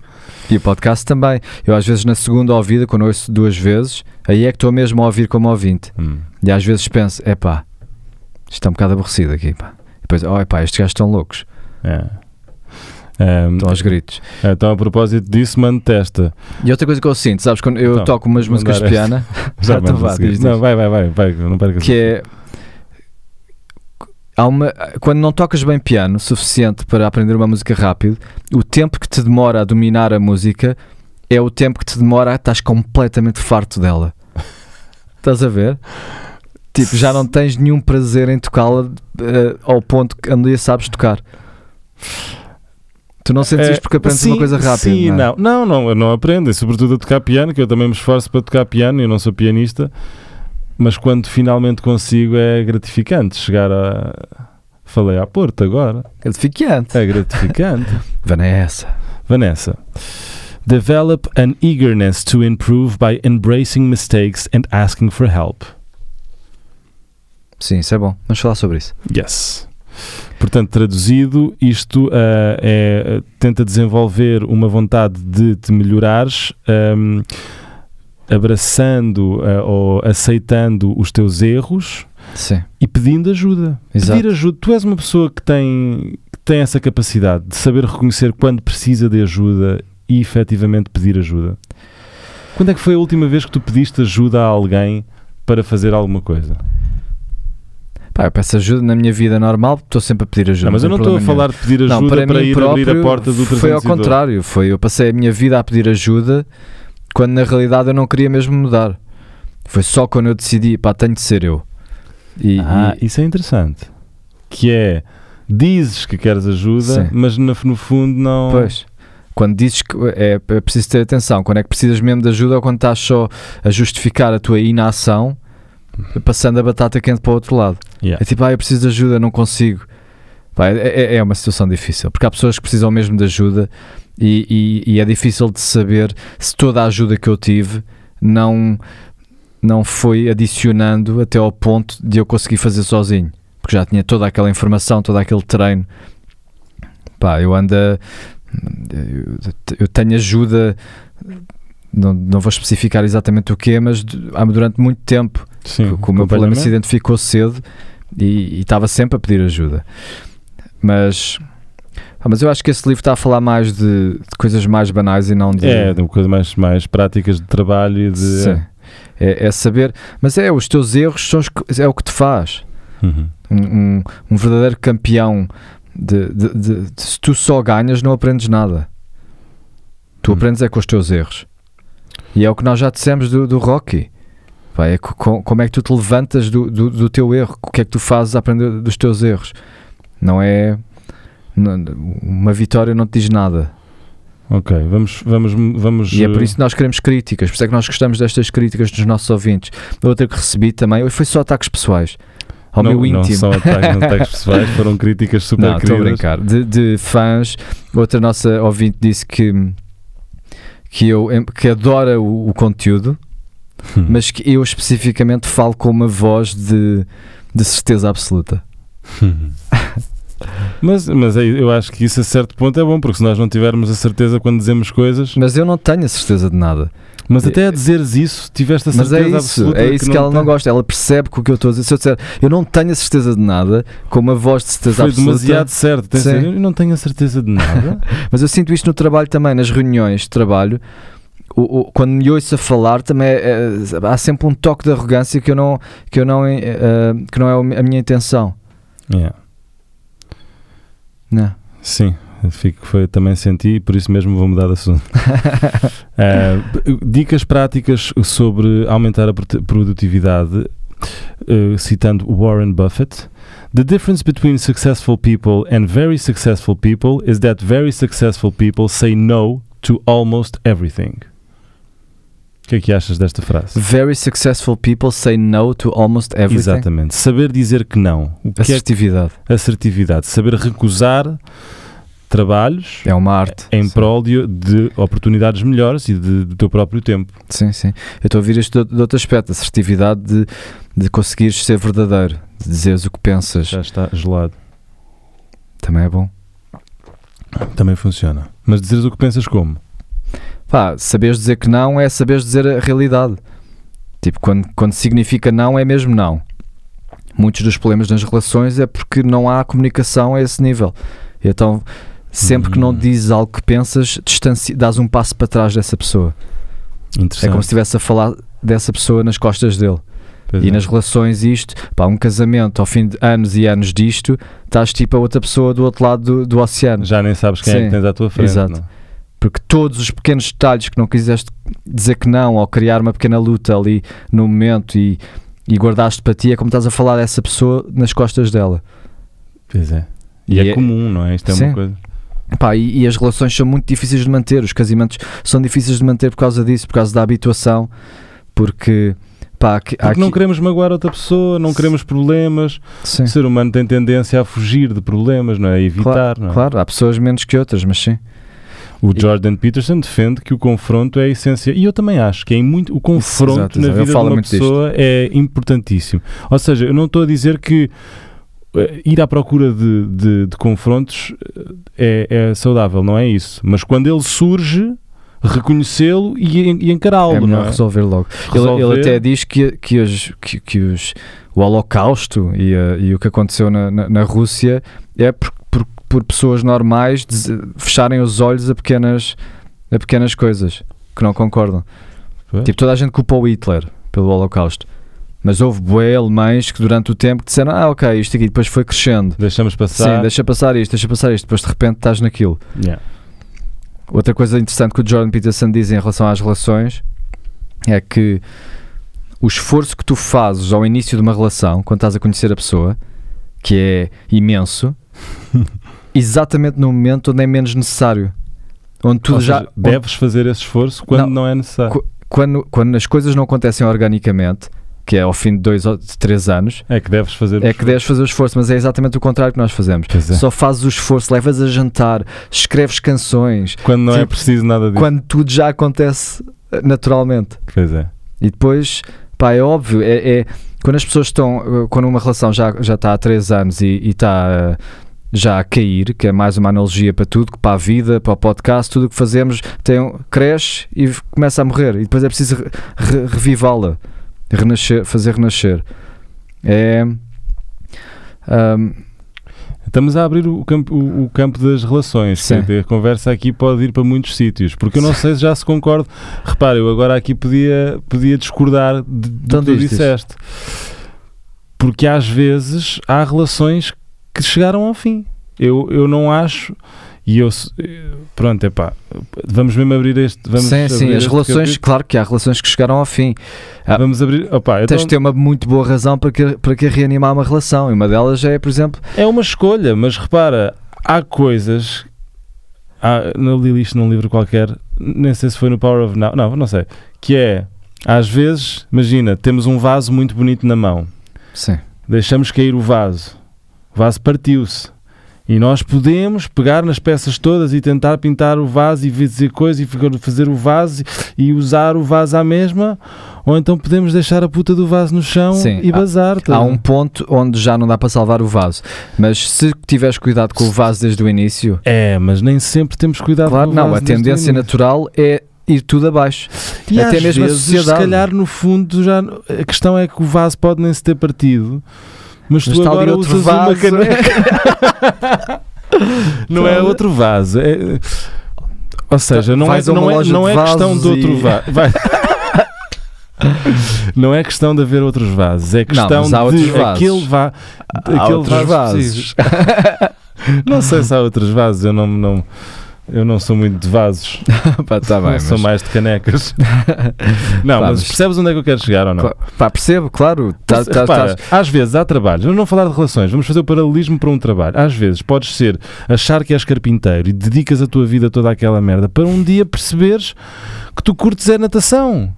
E o podcast também. Eu às vezes na segunda ouvida, quando ouço duas vezes, aí é que estou mesmo a ouvir como ouvinte.
Hum.
E às vezes penso, epá, isto está um bocado aborrecido aqui. Pá. E depois, oh epá, estes gajos estão loucos,
É. Ahm,
estão aos gritos.
Um, então, a propósito disso, mando testa.
E outra coisa que eu sinto, sabes, quando eu
Então,
toco umas
vou
músicas
dar
de piano, Ah, então
mando a
vá,
seguir.
diz, diz.
Não, vai, vai, vai, vai, não percas.
que é há uma, quando não tocas bem piano o suficiente para aprender uma música rápido, o tempo que te demora a dominar a música é o tempo que te demora a estás completamente farto dela. Estás a ver? Tipo, já não tens nenhum prazer em tocá-la eh, ao ponto que um dia sabes tocar. Tu não sentes
É,
isto porque aprendes
sim,
uma coisa rápida.
Sim,
não. é?
não. Não, não, eu não aprendo. E sobretudo a tocar piano, que eu também me esforço para tocar piano, eu não sou pianista. Mas quando finalmente consigo é gratificante chegar a. Falei à Porto agora.
Gratificante.
É gratificante.
Vanessa.
Vanessa. Develop an eagerness to improve by embracing mistakes and asking for help.
Sim, isso é bom. Vamos falar sobre isso.
Yes. Portanto, traduzido, isto ah, é, tenta desenvolver uma vontade de te melhorares, ahm, abraçando ah, ou aceitando os teus erros
Sim.
e pedindo ajuda.
Exato.
Pedir ajuda. Tu és uma pessoa que tem, que tem essa capacidade de saber reconhecer quando precisa de ajuda e efetivamente pedir ajuda. Quando é que foi a última vez que tu pediste ajuda a alguém para fazer alguma coisa?
Pá, eu peço ajuda na minha vida normal, estou sempre a pedir ajuda.
Não, mas eu
tem
não estou a
problema
falar de pedir
nenhum.
ajuda
não, para,
para,
mim
ir
próprio,
abrir a porta do 300
Foi ao contrário, foi. Eu passei a minha vida a pedir ajuda quando na realidade eu não queria mesmo mudar. Foi só quando eu decidi, pá, tenho de ser eu. E,
Ah,
e-
isso é interessante. Que é, dizes que queres ajuda,
Sim.
mas no, no fundo não...
pois, Então, quando dizes que é, é preciso ter atenção, quando é que precisas mesmo de ajuda ou quando estás só a justificar a tua inação, passando a batata quente para o outro lado.
Yeah.
É tipo, ah, eu preciso de ajuda, não consigo. Pá, é, é- é uma situação difícil, porque há pessoas que precisam mesmo de ajuda e, e- e é difícil de saber se toda a ajuda que eu tive não, não foi adicionando até ao ponto de eu conseguir fazer sozinho, porque já tinha toda aquela informação, todo aquele treino. Pá, eu ando. a- eu- Eu tenho ajuda, não, não vou especificar exatamente o que, mas du- há- durante muito tempo
Sim,
que o
Hum,
meu problema se
completamente.
identificou cedo e e estava sempre a pedir ajuda. Mas Ah, mas eu acho que esse livro está a falar mais de, de coisas mais banais e não de.
É, de coisas mais, mais práticas de trabalho e de.
Sim. É, é saber. Mas é, os teus erros são os que- é o que te faz.
Uhum.
Um, um- um verdadeiro campeão de, de- de- de- Se tu só ganhas, não aprendes nada. Tu
Hum.
aprendes é com os teus erros. E é o que nós já dissemos do, do Rocky. Pá, é co- co- como é que tu te levantas do, do, do teu erro? O que é que tu fazes a aprender dos teus erros? Não é. não- Uma vitória não te diz nada.
Ok, vamos. vamos, vamos eh,
E é por isso que nós queremos críticas, por isso é que nós gostamos destas críticas dos nossos ouvintes. Outra que recebi também, hoje foi só ataques pessoais ao
não,
é meu
Não
íntimo.
são ataques, não ataques pessoais, foram críticas super
Não, estou a
queridas.
brincar. De, de fãs, outra nossa ouvinte disse que, que, eu, que adora o, o conteúdo,
Hum.
mas que eu especificamente falo com uma voz de, de certeza absoluta.
mas, mas aí eu acho que isso a certo ponto é bom, porque se nós não tivermos a certeza quando dizemos coisas,
Mas eu não tenho a certeza de nada.
mas até a dizeres isso, tiveste a
É- Mas
certeza
é isso,
absoluta
é isso que, ela não
tem.
gosta. Ela percebe que o que eu estou a dizer. Se eu disser eu não tenho a certeza de nada, com uma voz de certeza
Foi
absoluta.
demasiado certo. Tem
Sim.
certeza? eu não tenho a certeza de nada.
Mas eu sinto isto no trabalho também, nas reuniões de trabalho. O, o- quando me ouço a falar, também eh, há sempre um toque de arrogância que, eu não, que, eu não, eh, eh, que não é o- a minha intenção.
É,
Não.
Sim, eu fico, foi, também senti e por isso mesmo vou mudar de assunto. Ah, dicas práticas sobre aumentar a prote- produtividade, eh, citando Warren Buffett. The difference between successful people and very successful people is that very successful people say no to almost everything. O que é que achas desta frase?
Very successful people say no to almost everything.
Exatamente. Saber dizer que não. O que é
Assertividade.
assertividade? Saber recusar trabalhos
É uma arte.
em prol de, de oportunidades melhores e de- do teu próprio tempo.
Sim, sim. Eu estou a ouvir isto de, de outro aspecto, assertividade de, de conseguires ser verdadeiro, de dizeres o que pensas.
Já está gelado.
Também é bom.
Também funciona. Mas dizeres o que pensas como?
Pá, saberes dizer que não é saberes dizer a realidade. Tipo, quando, quando significa não, é mesmo não. Muitos dos problemas nas relações é porque não há comunicação a esse nível. Então, sempre que não
Hum.
dizes algo que pensas, distanci- dás um passo para trás dessa pessoa. É
Interessante.
como se estivesse a falar dessa pessoa nas costas dele.
Pois
E
é.
nas relações, isto, pá, um casamento ao fim de anos e anos disto, estás tipo a outra pessoa do outro lado do, do oceano.
Já nem sabes quem é
Sim.
que tens à tua frente.
Exato.
não? é?
Porque todos os pequenos detalhes que não quiseste dizer que não, ou criar uma pequena luta ali no momento e, e guardaste para ti, é como estás a falar dessa pessoa nas costas dela.
Pois é. E,
E
é,
é-
comum, não é? Isto é
Sim.
uma coisa.
Pá, e, e as relações são muito difíceis de manter, os casamentos são difíceis de manter por causa disso, por causa da habituação, porque. Pá, há que- há
Porque não
que-
queremos magoar outra pessoa, não queremos problemas.
Sim,
O ser humano tem tendência a fugir de problemas, não é? A evitar, não é?
claro, há pessoas menos que outras, mas sim.
O Jordan Peterson defende que o confronto é a essência, e eu também acho que é muito o confronto
Exato,
na
exato. Eu
vida de
falo
uma
muito disto.
pessoa é importantíssimo. Ou seja, eu não estou a dizer que eh, ir à procura de, de- de confrontos eh, é, é saudável, não é isso. Mas quando ele surge, reconhecê-lo e, en- e encará-lo,
É
não
melhor
é?
resolver logo. Ele, ele
Resolver.
até diz que, que, os, que, que os, o Holocausto e, a- e o que aconteceu na, na, na Rússia é por, por, por pessoas normais des- fecharem os olhos a pequenas, a pequenas coisas que não concordam.
Pois.
Tipo, toda a gente culpou o Hitler pelo Holocausto. Mas houve bué alemães que durante o tempo que disseram ah ok, isto aqui depois foi crescendo.
Deixamos
Sim,
passar.
deixa passar isto, deixa passar isto, depois de repente estás naquilo.
Yeah.
Outra coisa interessante que o Jordan Peterson diz em relação às relações é que o esforço que tu fazes ao início de uma relação, quando estás a conhecer a pessoa, que é imenso, exatamente no momento onde é menos necessário. Onde tu
Ou
já.
seja, deves fazer esse esforço quando não, é necessário.
Qu- Quando, quando as coisas não acontecem organicamente, que é ao fim de dois ou de três anos,
É que deves fazer o
é que deves fazer o esforço, mas é exatamente o contrário que nós fazemos.
Pois é.
Só fazes o esforço, levas a jantar, escreves canções,
Quando não é
Tipo,
preciso nada disso.
quando tudo já acontece eh, naturalmente.
Pois é.
E depois, pá, é óbvio, é, é- quando as pessoas estão, eh, quando uma relação já, já está há 3 anos e e está eh, já a cair, que é mais uma analogia para tudo, para a vida, para o podcast, tudo o que fazemos tem, um- cresce e v- começa a morrer. E depois é preciso re- re- revivá-la, renascer, fazer renascer. É. ahm,
Estamos a abrir o campo, o, o campo das relações.
Sim.
portanto, A conversa aqui pode ir para muitos sítios, porque eu não sei se já se concordo. Repare, eu agora aqui podia, podia discordar de, do
Então
que tu
diz, diz.
disseste. Porque às vezes há relações que chegaram ao fim. Eu, eu não acho. E eu. se- Pronto, é pá. Vamos mesmo abrir este. Vamos
sim, sim,
abrir
as
este
relações,
capítulo.
claro que há relações que chegaram ao fim. Ah,
Vamos abrir. Opá, então,
Tens de ter uma muito boa razão para que, para que reanimar uma relação. E uma delas é, por exemplo,
É uma escolha, mas repara, há coisas. Há, eu li isto num livro qualquer, nem sei se foi no Power of Now, não, não sei. Que é, às vezes, imagina, temos um vaso muito bonito na mão,
sim,
deixamos cair o vaso, o vaso partiu-se. E nós podemos pegar nas peças todas e tentar pintar o vaso e dizer coisas e ficar- fazer o vaso e usar o vaso à mesma, ou então podemos deixar a puta do vaso no chão
Sim,
e
há-
bazar. tá?
há um ponto onde já não dá para salvar o vaso. Mas se tiveres cuidado com o vaso desde o início,
É, mas nem sempre temos cuidado
claro,
com o
não, a
vaso desde o
tendência
início.
natural é ir tudo abaixo.
E
Até
às
mesmo a
vezes,
sociedade.
Se calhar, no fundo, já, a questão é que o vaso pode nem se ter partido, mas,
Mas
tu
está ali
agora
outro
usas uma
vaso.
caneca. não é outro vaso. é- Ou seja, não é,
Vais Então, a uma
não é,
loja
não
de
é questão
vasos
de outro
e-
vaso. Vai- Não é questão de haver outros vasos, é questão
mas há outros
de
vasos.
aquele, va...
Há
aquele
outros
vaso
vasos.
preciso. não sei se há outros vasos, eu não, não, eu não sou muito de vasos.
Pá, tá bem,
Não sou
mas-
mais de canecas. não,
Pá,
mas
mas-
percebes onde é que eu quero chegar ou não?
Cla- Pá, percebo, claro. Tá,
Mas,
tá,
repara,
tá-
Às vezes há trabalhos, vamos não falar de relações, vamos fazer o paralelismo para um trabalho. Às vezes podes ser, achar que és carpinteiro e dedicas a tua vida toda àquela merda para um dia perceberes que tu curtes é natação.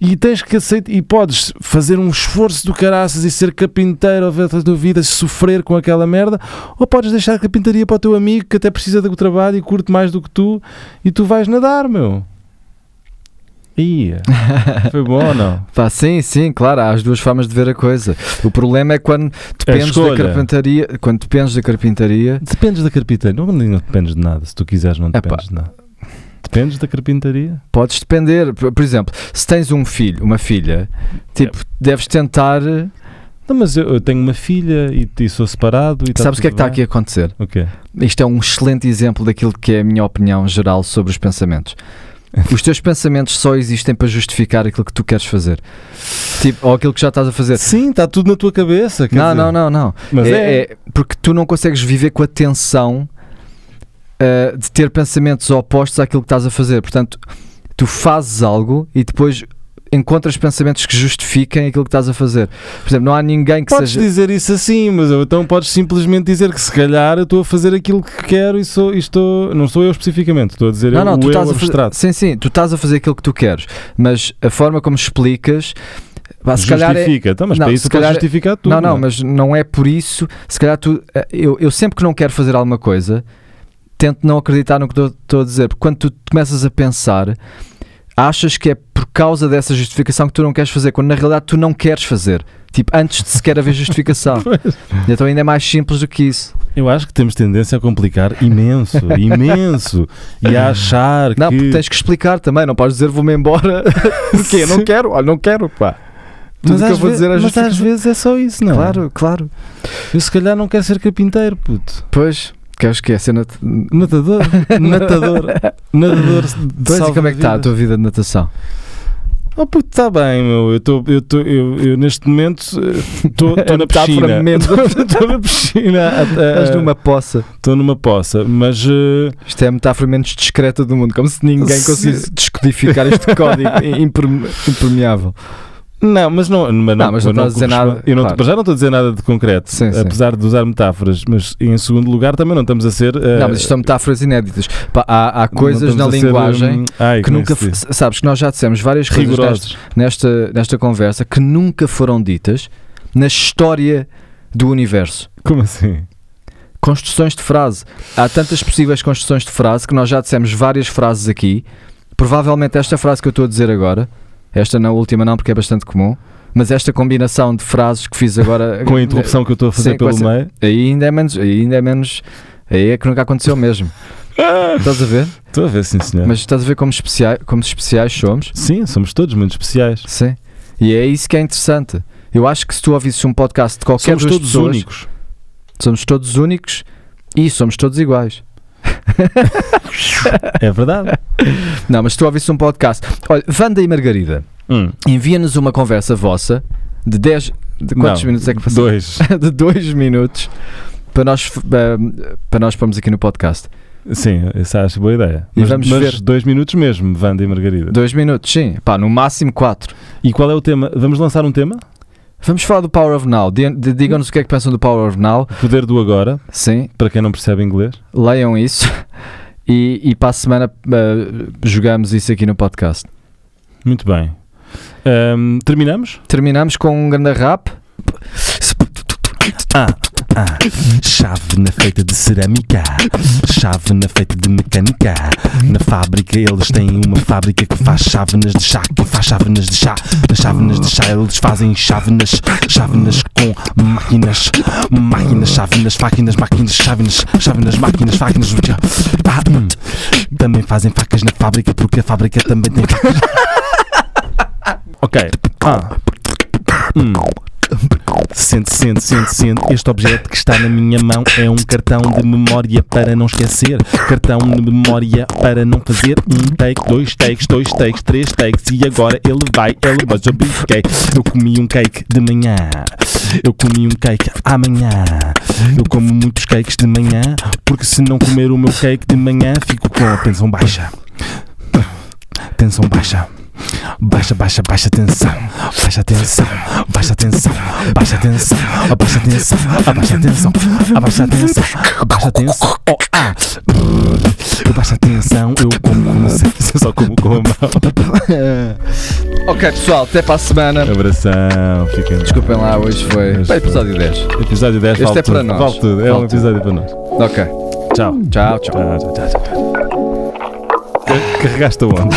E tens que aceitar, e podes fazer um esforço do caraças e ser carpinteiro ao ver da tua vida, sofrer com aquela merda, ou podes deixar a carpintaria para o teu amigo que até precisa do trabalho e curte mais do que tu, e tu vais nadar, meu. Ia. Foi bom ou não?
pá, sim, sim, claro, há as duas formas de ver a coisa. O problema é quando dependes da
escolha.
carpintaria, quando dependes da carpintaria,
Dependes da carpintaria. Não, não dependes de nada. Se tu quiseres, não
Epá.
dependes de nada. Dependes da carpintaria?
podes depender, por, por exemplo, se tens um filho, uma filha, tipo,
É.
deves tentar,
Não, mas eu, eu tenho uma filha e, e sou separado. E tá
sabes o que é que
tudo
está aqui
bem.
a acontecer?
O quê?
Isto é um excelente exemplo daquilo que é a minha opinião geral sobre os pensamentos. Os teus pensamentos só existem para justificar aquilo que tu queres fazer. Tipo, ou aquilo que já estás a fazer.
Sim, está tudo na tua cabeça. quer
Não,
dizer.
não, não, não.
Mas
é,
é.
é porque tu não consegues viver com a tensão ah, de ter pensamentos opostos àquilo que estás a fazer. Portanto, tu fazes algo e depois encontras pensamentos que justifiquem aquilo que estás a fazer. Por exemplo, não há ninguém que
Podes
seja.
dizer isso assim, mas ou então podes simplesmente dizer que se calhar eu estou a fazer aquilo que quero e, sou, e estou. Não sou eu especificamente, estou a dizer
Não,
eu,
não,
o
tu
eu
estás a fazer.
abstrato.
Sim, sim, tu estás a fazer aquilo que tu queres, mas a forma como explicas. pá, se calhar é,
Justifica. Então, mas
Não,
para
se
isso
calhar-
podes justificar tudo.
Não, não, mas não é por isso. Se calhar tu. eh, Eu, eu sempre que não quero fazer alguma coisa, tento não acreditar no que estou a dizer. Porque quando tu começas a pensar, achas que é por causa dessa justificação que tu não queres fazer, quando na realidade tu não queres fazer. Tipo, antes de sequer haver justificação. então ainda é mais simples do que isso.
Eu acho que temos tendência a complicar imenso, imenso. E a achar
Não,
que.
porque tens que explicar também. Não podes dizer vou-me embora. Porquê? não quero. Olha, não quero, pá. Tudo
mas
que eu
às
vou
ve-
dizer é
mas às
justificação.
vezes é só isso, não é?
Claro, claro.
Eu se calhar não quero ser carpinteiro, puto.
Pois, queres que é cena. de-
Natador. Natador. Natador de
Pois, e como é que está a
salva-vidas.
tua vida de natação?
Oh puto, está bem, meu. Eu, tô, eu, tô, eu, eu neste momento estou
É
na
metáfora
piscina. É.
mesmo.
Estou na piscina.
Estás numa poça.
Estou numa poça, mas... eh,
Isto é a metáfora menos discreta do mundo, como se ninguém
Se-
conseguisse descodificar este código i- imperme- impermeável.
Não, mas não, mas não,
Não, mas
eu
não estás a dizer
correspondo-
nada,
Eu não,
claro.
para já não estou a dizer nada de concreto,
Sim, sim.
apesar de usar metáforas, mas em segundo lugar também não estamos a ser. eh,
Não, mas isto são metáforas inéditas. Pá, há, há
não
coisas na
estamos a ser,
linguagem
hum, ai,
que
como é
nunca.
se diz?
f- Sabes que nós já dissemos várias coisas nesta,
rigorosos.
nesta, nesta conversa que nunca foram ditas na história do universo.
Como assim?
Construções de frase. Há tantas possíveis construções de frase que nós já dissemos várias frases aqui. Provavelmente esta frase que eu estou a dizer agora, esta na última não, porque é bastante comum. Mas esta combinação de frases que fiz agora
Com a interrupção que eu estou a fazer
Sim, com
pelo
essa-
meio.
Aí ainda é menos, aí ainda é menos. Aí é que nunca aconteceu mesmo. estás a ver?
Estou a ver, sim, senhor.
Mas estás a ver como especiais, como especiais somos?
Sim, somos todos muito especiais.
Sim. E é isso que é interessante. Eu acho que se tu ouvisses um podcast de qualquer
somos
duas
todos
pessoas,
únicos.
Somos todos únicos e somos todos iguais.
É verdade.
Não, mas tu ouviste um podcast. Olha, Wanda e Margarida,
Hum,
envia-nos uma conversa vossa de 10. De quantos
Não,
minutos é que passou?
dois.
de 2 minutos para nós, f- eh, para nós pormos aqui no podcast.
Sim, essa acho boa ideia.
E
Mas,
vamos
mas
ver.
dois minutos mesmo, Wanda e Margarida.
2 minutos, sim. Pá, no máximo 4.
E qual é o tema? Vamos lançar um tema?
Vamos falar do Power of Now. Di- di- Digam-nos o que é que pensam do Power of Now.
O poder do agora,
Sim,
para quem não percebe inglês.
leiam isso. E, e para a semana eh, jogamos isso aqui no podcast.
Muito bem. Ahm, terminamos?
Terminamos com um grande rap.
Ah, Chave na feita de cerâmica, chave na feita de mecânica. Na fábrica eles têm uma fábrica que faz chávenas de chá. Quem faz chávenas de chá? Nas chávenas de chá eles fazem chávenas, chávenas com máquinas, máquinas, chávenas, máquinas, máquinas, chávenas, chávenas, máquinas, máquinas. Pá, hum. Também fazem facas na fábrica porque a fábrica também tem facas.
Ok. Ah. Hum.
Sente, sente, sente, sente. Este objeto que está na minha mão é um cartão de memória para não esquecer. Cartão de memória para não fazer um take, dois takes, dois takes, três takes. E agora ele vai, ele vai. Eu brinquei. Eu comi um cake de manhã. Eu comi um cake amanhã. Eu como muitos cakes de manhã. Porque se não comer o meu cake de manhã, fico com a tensão baixa. Tensão baixa. Baixa, baixa, baixa tensão. Baixa tensão. Baixa tensão. Baixa tensão. Abaixa tensão. Abaixa tensão. Abaixa tensão. Abaixa tensão. Oh, ah. Eu baixo a tensão. Eu como como sei.
Só como com a mão.
Ok, pessoal, até para a semana.
Abração. Fiquem lá.
Desculpem lá, hoje foi.
Hoje
Pá, episódio 10.
Episódio 10
Este
vale
é para
tudo.
nós.
Vale tudo. É um
Vale tudo.
episódio para nós.
Ok.
Tchau.
Tchau, tchau.
Tchau, tchau, tchau. tchau. Carregaste aonde?